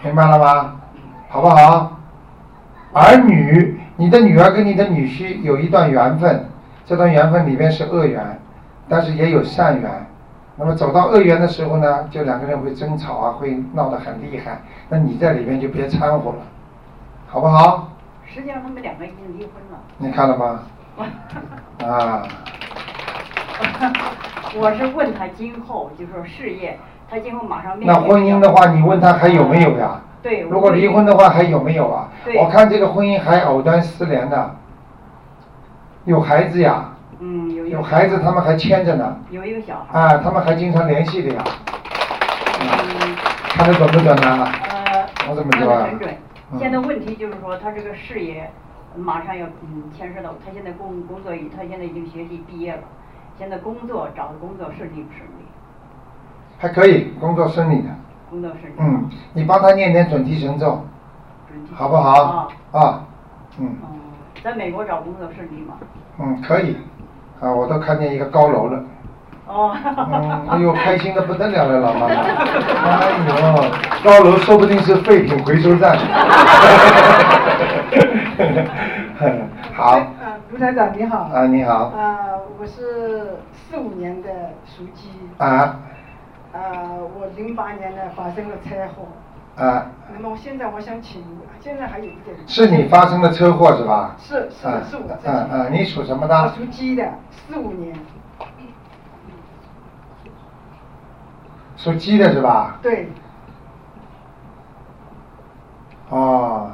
[SPEAKER 1] 明白了吗？好不好？儿女，你的女儿跟你的女婿有一段缘分，这段缘分里面是恶缘，但是也有善缘。那么走到恶缘的时候呢，就两个人会争吵啊，会闹得很厉害。那你在里面就别掺和了，好不好？
[SPEAKER 11] 实际上他们两个已经离婚了。
[SPEAKER 1] 你看了吗？啊，
[SPEAKER 11] *laughs* 我是问他今后就说事业，他今后马上面临
[SPEAKER 1] 那婚姻的话，你问他还有没有呀？
[SPEAKER 11] 对
[SPEAKER 1] 如果离婚的话，还有没有啊？
[SPEAKER 11] 对
[SPEAKER 1] 我看这个婚姻还藕断丝连的，有孩子呀，
[SPEAKER 11] 嗯有一个
[SPEAKER 1] 有孩子他们还牵着呢，
[SPEAKER 11] 有一个小孩
[SPEAKER 1] 啊，他们还经常联系的呀。
[SPEAKER 11] 嗯
[SPEAKER 1] 看得准不准呢？
[SPEAKER 11] 呃
[SPEAKER 1] 我怎么知
[SPEAKER 11] 看
[SPEAKER 1] 道
[SPEAKER 11] 得
[SPEAKER 1] 啊
[SPEAKER 11] 很准？
[SPEAKER 1] 嗯
[SPEAKER 11] 现在问题就是说他这个事业马上要嗯牵涉到他现在工工作已他现在已经学习毕业了，现在工作找的工作顺利不顺利？
[SPEAKER 1] 还可以，工作顺利的。
[SPEAKER 11] 工作顺利。
[SPEAKER 1] 嗯，你帮他念点准提神咒，好不好？啊，嗯
[SPEAKER 11] 在美国找工作顺利吗？
[SPEAKER 1] 嗯，可以。啊，我都看见一个高楼了，
[SPEAKER 11] 哦。
[SPEAKER 1] 嗯，哎呦，开心的不得了了，老
[SPEAKER 11] *laughs*
[SPEAKER 1] 妈妈。哎呦，高楼说不定是废品回收站。 *laughs* 好，
[SPEAKER 18] 啊，卢台长你好。
[SPEAKER 1] 啊你好
[SPEAKER 18] 啊，我是四五年的属鸡。
[SPEAKER 1] 啊。
[SPEAKER 18] 啊，我零八年呢发生了车祸，
[SPEAKER 1] 啊，
[SPEAKER 18] 那么我现在我想请，现在还有一点。
[SPEAKER 1] 是你发生的车祸是吧？
[SPEAKER 18] 是是
[SPEAKER 1] 啊
[SPEAKER 18] 是我自己。
[SPEAKER 1] 啊啊你属什么的
[SPEAKER 18] 我属鸡的，四五年。
[SPEAKER 1] 属鸡的是吧？
[SPEAKER 18] 对，
[SPEAKER 1] 哦，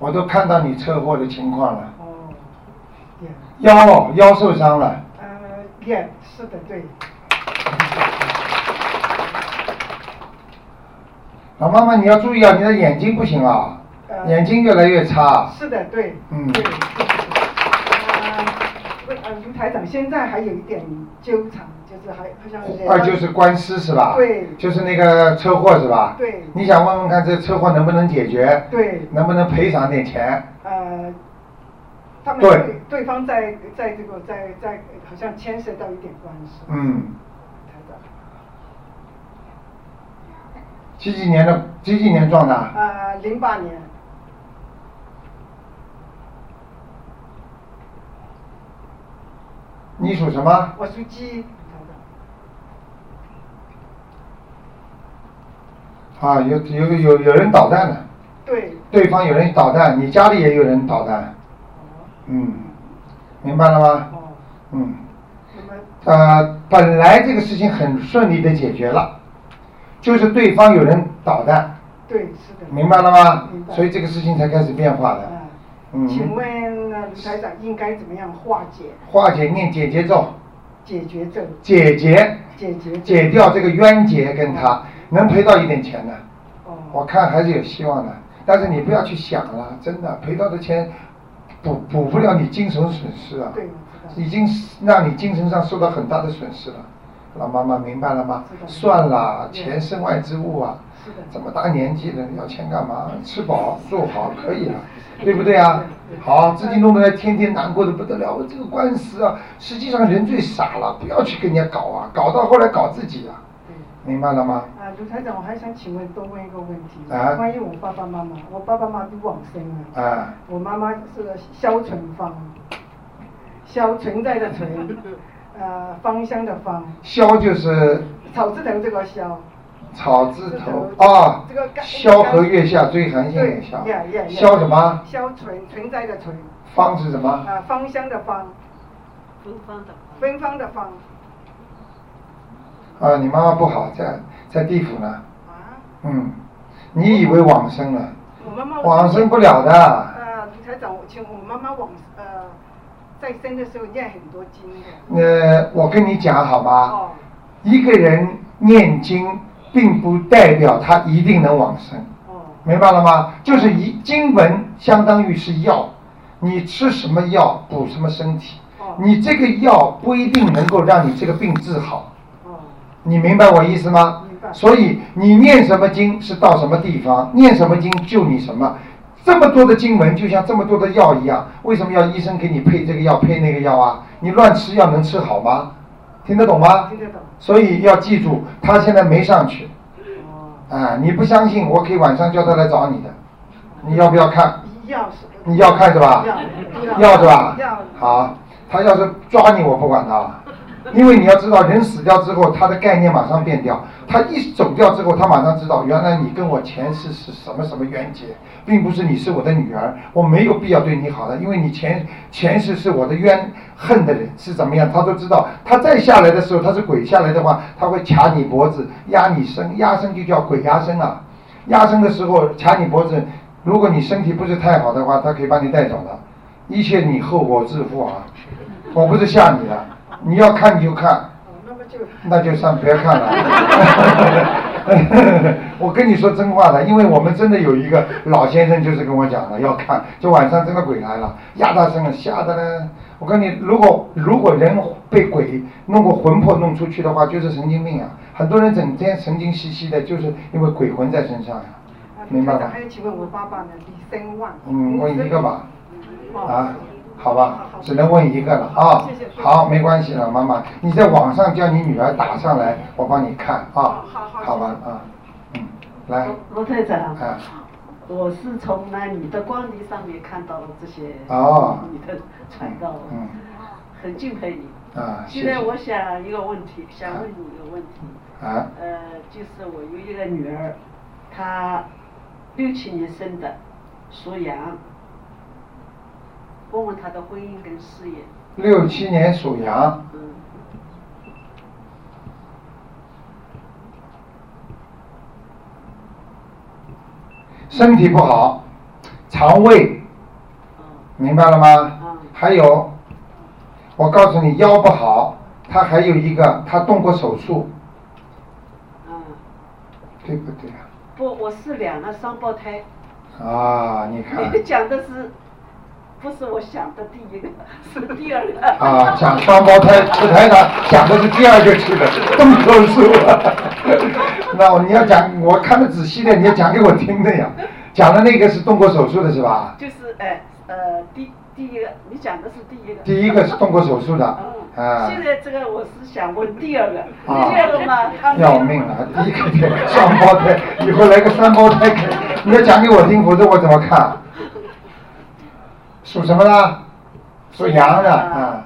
[SPEAKER 1] 我都看到你车祸的情况了。
[SPEAKER 18] 哦
[SPEAKER 1] 腰腰受伤了，
[SPEAKER 18] 呃，也是的，对。
[SPEAKER 1] 老妈妈你要注意啊，你的眼睛不行啊，
[SPEAKER 18] 呃
[SPEAKER 1] 眼睛越来越差。
[SPEAKER 18] 是的，对。
[SPEAKER 1] 嗯
[SPEAKER 18] 对。啊，为嗯卢台长现在还有一点纠缠，就是还好像有点
[SPEAKER 1] 啊，就是官司是吧？
[SPEAKER 18] 对，
[SPEAKER 1] 就是那个车祸是吧？
[SPEAKER 18] 对
[SPEAKER 1] 你想问问看，这车祸能不能解决？
[SPEAKER 18] 对，
[SPEAKER 1] 能不能赔偿点钱？
[SPEAKER 18] 呃，他们
[SPEAKER 1] 对
[SPEAKER 18] 对对方在在这个在在好像牵涉到一点官司。
[SPEAKER 1] 嗯。几几年的？几几年撞的？
[SPEAKER 18] 呃，零八年，
[SPEAKER 1] 你属什么？
[SPEAKER 18] 我属鸡，
[SPEAKER 1] 啊，有有有有人捣蛋的，
[SPEAKER 18] 对，
[SPEAKER 1] 对方有人捣蛋，你家里也有人捣蛋。
[SPEAKER 18] 哦
[SPEAKER 1] 嗯，明白了吗？嗯。呃，本来这个事情很顺利的解决了，就是对方有人捣蛋，
[SPEAKER 18] 对，是的。
[SPEAKER 1] 明白了吗
[SPEAKER 18] 明？白
[SPEAKER 1] 所以这个事情才开始变化的。嗯。
[SPEAKER 18] 请问呃卢台长应该怎么样化解
[SPEAKER 1] 化解念解结咒，
[SPEAKER 18] 解决这
[SPEAKER 1] 解结
[SPEAKER 18] 解决这
[SPEAKER 1] 解掉这个冤结跟他，能赔到一点钱的。
[SPEAKER 18] 哦
[SPEAKER 1] 我看还是有希望的，但是你不要去想了，真的赔到的钱补补不了你精神损失啊，已经让你精神上受到很大的损失了。老妈妈明白了吗？算了，钱身外之物啊，这么大年纪了要钱干嘛？吃饱住好可以了，对不对啊？好，自己弄得天天难过的不得了，我这个官司啊，实际上人最傻了，不要去跟人家搞啊，搞到后来搞自己啊，明白了吗？
[SPEAKER 18] 啊，卢台长，我还想请问多问一个问题，
[SPEAKER 1] 啊
[SPEAKER 18] 关于我爸爸妈妈，我爸爸妈妈都往生了，
[SPEAKER 1] 啊，
[SPEAKER 18] 我妈妈是萧存芳，萧存在的存，呃，芳香的芳，
[SPEAKER 1] 萧就是
[SPEAKER 18] 草字头这个萧，
[SPEAKER 1] 草字头啊
[SPEAKER 18] 这个，干
[SPEAKER 1] 萧何月下追寒星也下
[SPEAKER 18] 对呀呀呀，
[SPEAKER 1] 萧什么？
[SPEAKER 18] 萧存存在的存，
[SPEAKER 1] 方是什么？
[SPEAKER 18] 啊，芳香的芳，芬芳的芬芳的芳，
[SPEAKER 1] 啊，你妈妈不好，在在地府呢。嗯，你以为往生了？
[SPEAKER 18] 啊我妈妈
[SPEAKER 1] 往生不了的
[SPEAKER 18] 呃，卢台长，我请我妈妈往呃在生的时候念很多经的，
[SPEAKER 1] 呃，我跟你讲好
[SPEAKER 18] 哦
[SPEAKER 1] 吗？一个人念经，并不代表他一定能往生。
[SPEAKER 18] 哦
[SPEAKER 1] 明白了吗？就是一经文相当于是药，你吃什么药补什么身体。
[SPEAKER 18] 哦
[SPEAKER 1] 你这个药不一定能够让你这个病治好。
[SPEAKER 18] 哦
[SPEAKER 1] 你明白我意思吗？所以你念什么经是到什么地方，念什么经救你什么。这么多的经文，就像这么多的药一样，为什么要医生给你配这个药配那个药啊？你乱吃药能吃好吗？听得懂吗？
[SPEAKER 18] 听得懂。
[SPEAKER 1] 所以要记住，他现在没上去。
[SPEAKER 18] 哦
[SPEAKER 1] 啊，你不相信，我可以晚上叫他来找你的。你要不要看？
[SPEAKER 18] 要是
[SPEAKER 1] 你要看是吧？
[SPEAKER 18] 要
[SPEAKER 1] 是吧
[SPEAKER 18] 要？
[SPEAKER 1] 好，他要是抓你，我不管他了，因为你要知道，人死掉之后，他的概念马上变掉。他一走掉之后，他马上知道，原来你跟我前世是什么什么冤结，并不是你是我的女儿，我没有必要对你好的，因为你前前世是我的冤恨的人是怎么样，他都知道。他再下来的时候，他是鬼下来的话，他会卡你脖子，压你身，压身就叫鬼压身啊。压身的时候卡你脖子，如果你身体不是太好的话，他可以把你带走的，一切你后果自负啊！我不是吓你的，你要看你就看，哦那就算别看了。 *laughs* 我跟你说真话的，因为我们真的有一个老先生就是跟我讲的，要看，就晚上真的鬼来了，压他身了，吓得呢。我跟你，如果如果人被鬼弄个魂魄弄出去的话，就是神经病啊！很多人整天神经兮兮的，就是因为鬼魂在身上呀、
[SPEAKER 18] 啊
[SPEAKER 1] 明白
[SPEAKER 18] 台
[SPEAKER 1] 吗
[SPEAKER 18] 长，？还有请问我爸爸呢？李生旺，
[SPEAKER 1] 嗯，问一个吧，
[SPEAKER 18] 哦
[SPEAKER 1] 啊，好吧，只能问一个了啊
[SPEAKER 18] 谢谢谢。谢
[SPEAKER 1] 好，没关系了，妈妈，你在网上叫你女儿打上来，我帮你看啊。好吧啊，嗯，来，
[SPEAKER 19] 罗太长，
[SPEAKER 1] 啊，
[SPEAKER 19] 我是从那你的光碟上面看到了这些
[SPEAKER 1] 哦
[SPEAKER 19] 你的传道，
[SPEAKER 1] 嗯，
[SPEAKER 19] 很敬佩你。
[SPEAKER 1] 啊，谢
[SPEAKER 19] 现
[SPEAKER 1] 谢
[SPEAKER 19] 在我想一个问题，想问你一个问题，
[SPEAKER 1] 啊，
[SPEAKER 19] 呃，就是我有一个女儿，她六七年生的，属羊，问问她的婚姻跟事业。
[SPEAKER 1] 六七年属羊，
[SPEAKER 19] 嗯，
[SPEAKER 1] 身体不好，肠胃，明白了吗？还有，我告诉你，腰不好，他还有一个，他动过手术，对不对啊？
[SPEAKER 19] 不，我是两个双胞胎， *laughs*
[SPEAKER 1] 啊，你看
[SPEAKER 19] 你讲的是不是我想的第一个，是第二个。
[SPEAKER 1] 啊，想双胞
[SPEAKER 19] *laughs*
[SPEAKER 1] 胎吃台长想的是第二个吃的，这么多数啊。 *laughs* 那我你要讲，我看的仔细点，你要讲给我听的呀。讲的那个是动过手术的是吧？
[SPEAKER 19] 就是哎呃第第一个，你讲的是第一个。
[SPEAKER 1] 第一个是动过手术的，啊。
[SPEAKER 19] 现在这个我是想问第二个，
[SPEAKER 1] 啊
[SPEAKER 19] 第二个嘛，他没有
[SPEAKER 1] 要命了，第一个双胞胎，以后来个三胞胎，你要讲给我听，否则我怎么看？属什么的？属羊的啊。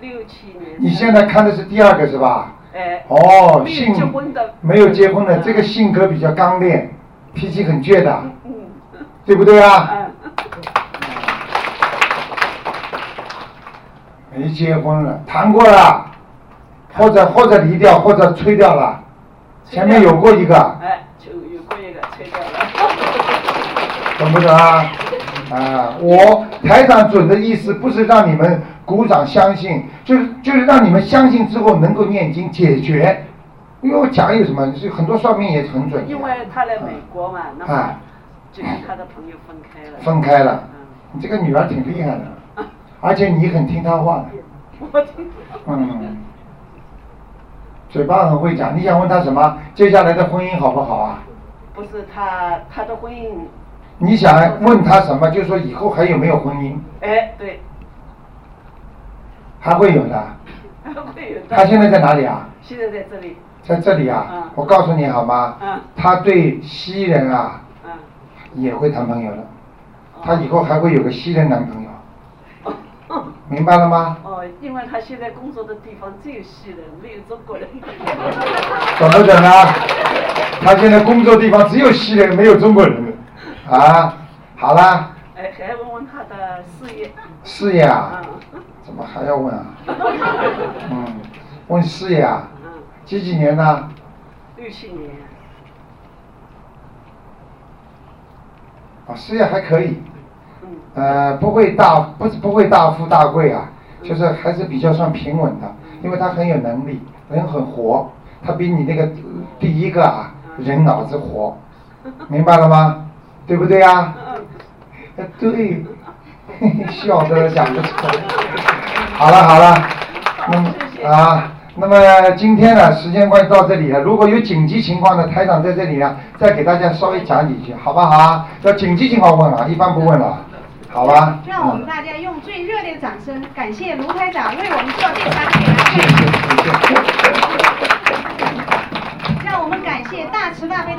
[SPEAKER 19] 六七年。
[SPEAKER 1] 你现在看的是第二个是吧？
[SPEAKER 19] 哎。
[SPEAKER 1] 哦，
[SPEAKER 19] 没有
[SPEAKER 1] 性
[SPEAKER 19] 结婚的嗯
[SPEAKER 1] 没有结婚的，这个性格比较刚烈，脾气很倔的，
[SPEAKER 19] 嗯
[SPEAKER 1] 对不对啊？没结婚了，谈过了，或者或者离掉，或者吹掉了，前面有过一个，
[SPEAKER 19] 哎，就有过一个吹掉了。
[SPEAKER 1] 懂不懂啊？啊，我台长准的意思不是让你们鼓掌相信，就是就是让你们相信之后能够念经解决。因为我讲有什么，是很多算命也很准的。
[SPEAKER 19] 因为他来美国嘛，那么
[SPEAKER 1] 啊，
[SPEAKER 19] 就跟他的朋友分开了。
[SPEAKER 1] 分开了，你这个女儿挺厉害的，而且你很听她话的，
[SPEAKER 19] 我听
[SPEAKER 1] 嗯，嘴巴很会讲。你想问她什么？接下来的婚姻好不好啊？
[SPEAKER 19] 不是他他的婚姻，
[SPEAKER 1] 你想问她什么？就说以后还有没有婚姻？
[SPEAKER 19] 哎，对，
[SPEAKER 1] 还会有的。
[SPEAKER 19] 会有的。
[SPEAKER 1] 他现在在哪里啊？
[SPEAKER 19] 现在在这里。
[SPEAKER 1] 在这里啊
[SPEAKER 19] 嗯，
[SPEAKER 1] 我告诉你好吗？
[SPEAKER 19] 嗯
[SPEAKER 1] 他对西人啊，
[SPEAKER 19] 嗯哦
[SPEAKER 1] 也会谈朋友的，他以后还会有个西人男朋友，
[SPEAKER 19] 啊
[SPEAKER 1] 明白了吗？
[SPEAKER 19] 哦，因为他现在工作的地方只有西人，没有中
[SPEAKER 1] *laughs*
[SPEAKER 19] 国人。
[SPEAKER 1] 准不准啊？他现在工作地方只有西人，没有中国人，啊，好啦，
[SPEAKER 19] 哎，还要问问他的
[SPEAKER 1] *laughs*
[SPEAKER 19] 事业。
[SPEAKER 1] 事业啊，
[SPEAKER 19] 嗯
[SPEAKER 1] 怎么还要问啊？嗯，问事业啊？
[SPEAKER 19] 嗯
[SPEAKER 1] 几几年啊呢？
[SPEAKER 19] 六七年，
[SPEAKER 1] 啊，事业还可以，呃，不会大，不是不会大富大贵啊，就是还是比较算平稳的，因为他很有能力，人很活，他比你那个呃第一个啊，人脑子活，明白了吗？对不对啊？呃对， *laughs* 嘿嘿笑得讲不出来。好了好了，那么啊，那么今天呢，时间关系到这里了。如果有紧急情况呢，台长在这里呢，再给大家稍微讲几句，好不好啊？要紧急情况问啊，一般不问了，好吧？
[SPEAKER 6] 让我们大家用最热烈的掌声，感谢卢台长为我们做这番给大
[SPEAKER 10] *laughs*
[SPEAKER 6] 家，让我们感谢大慈大悲的。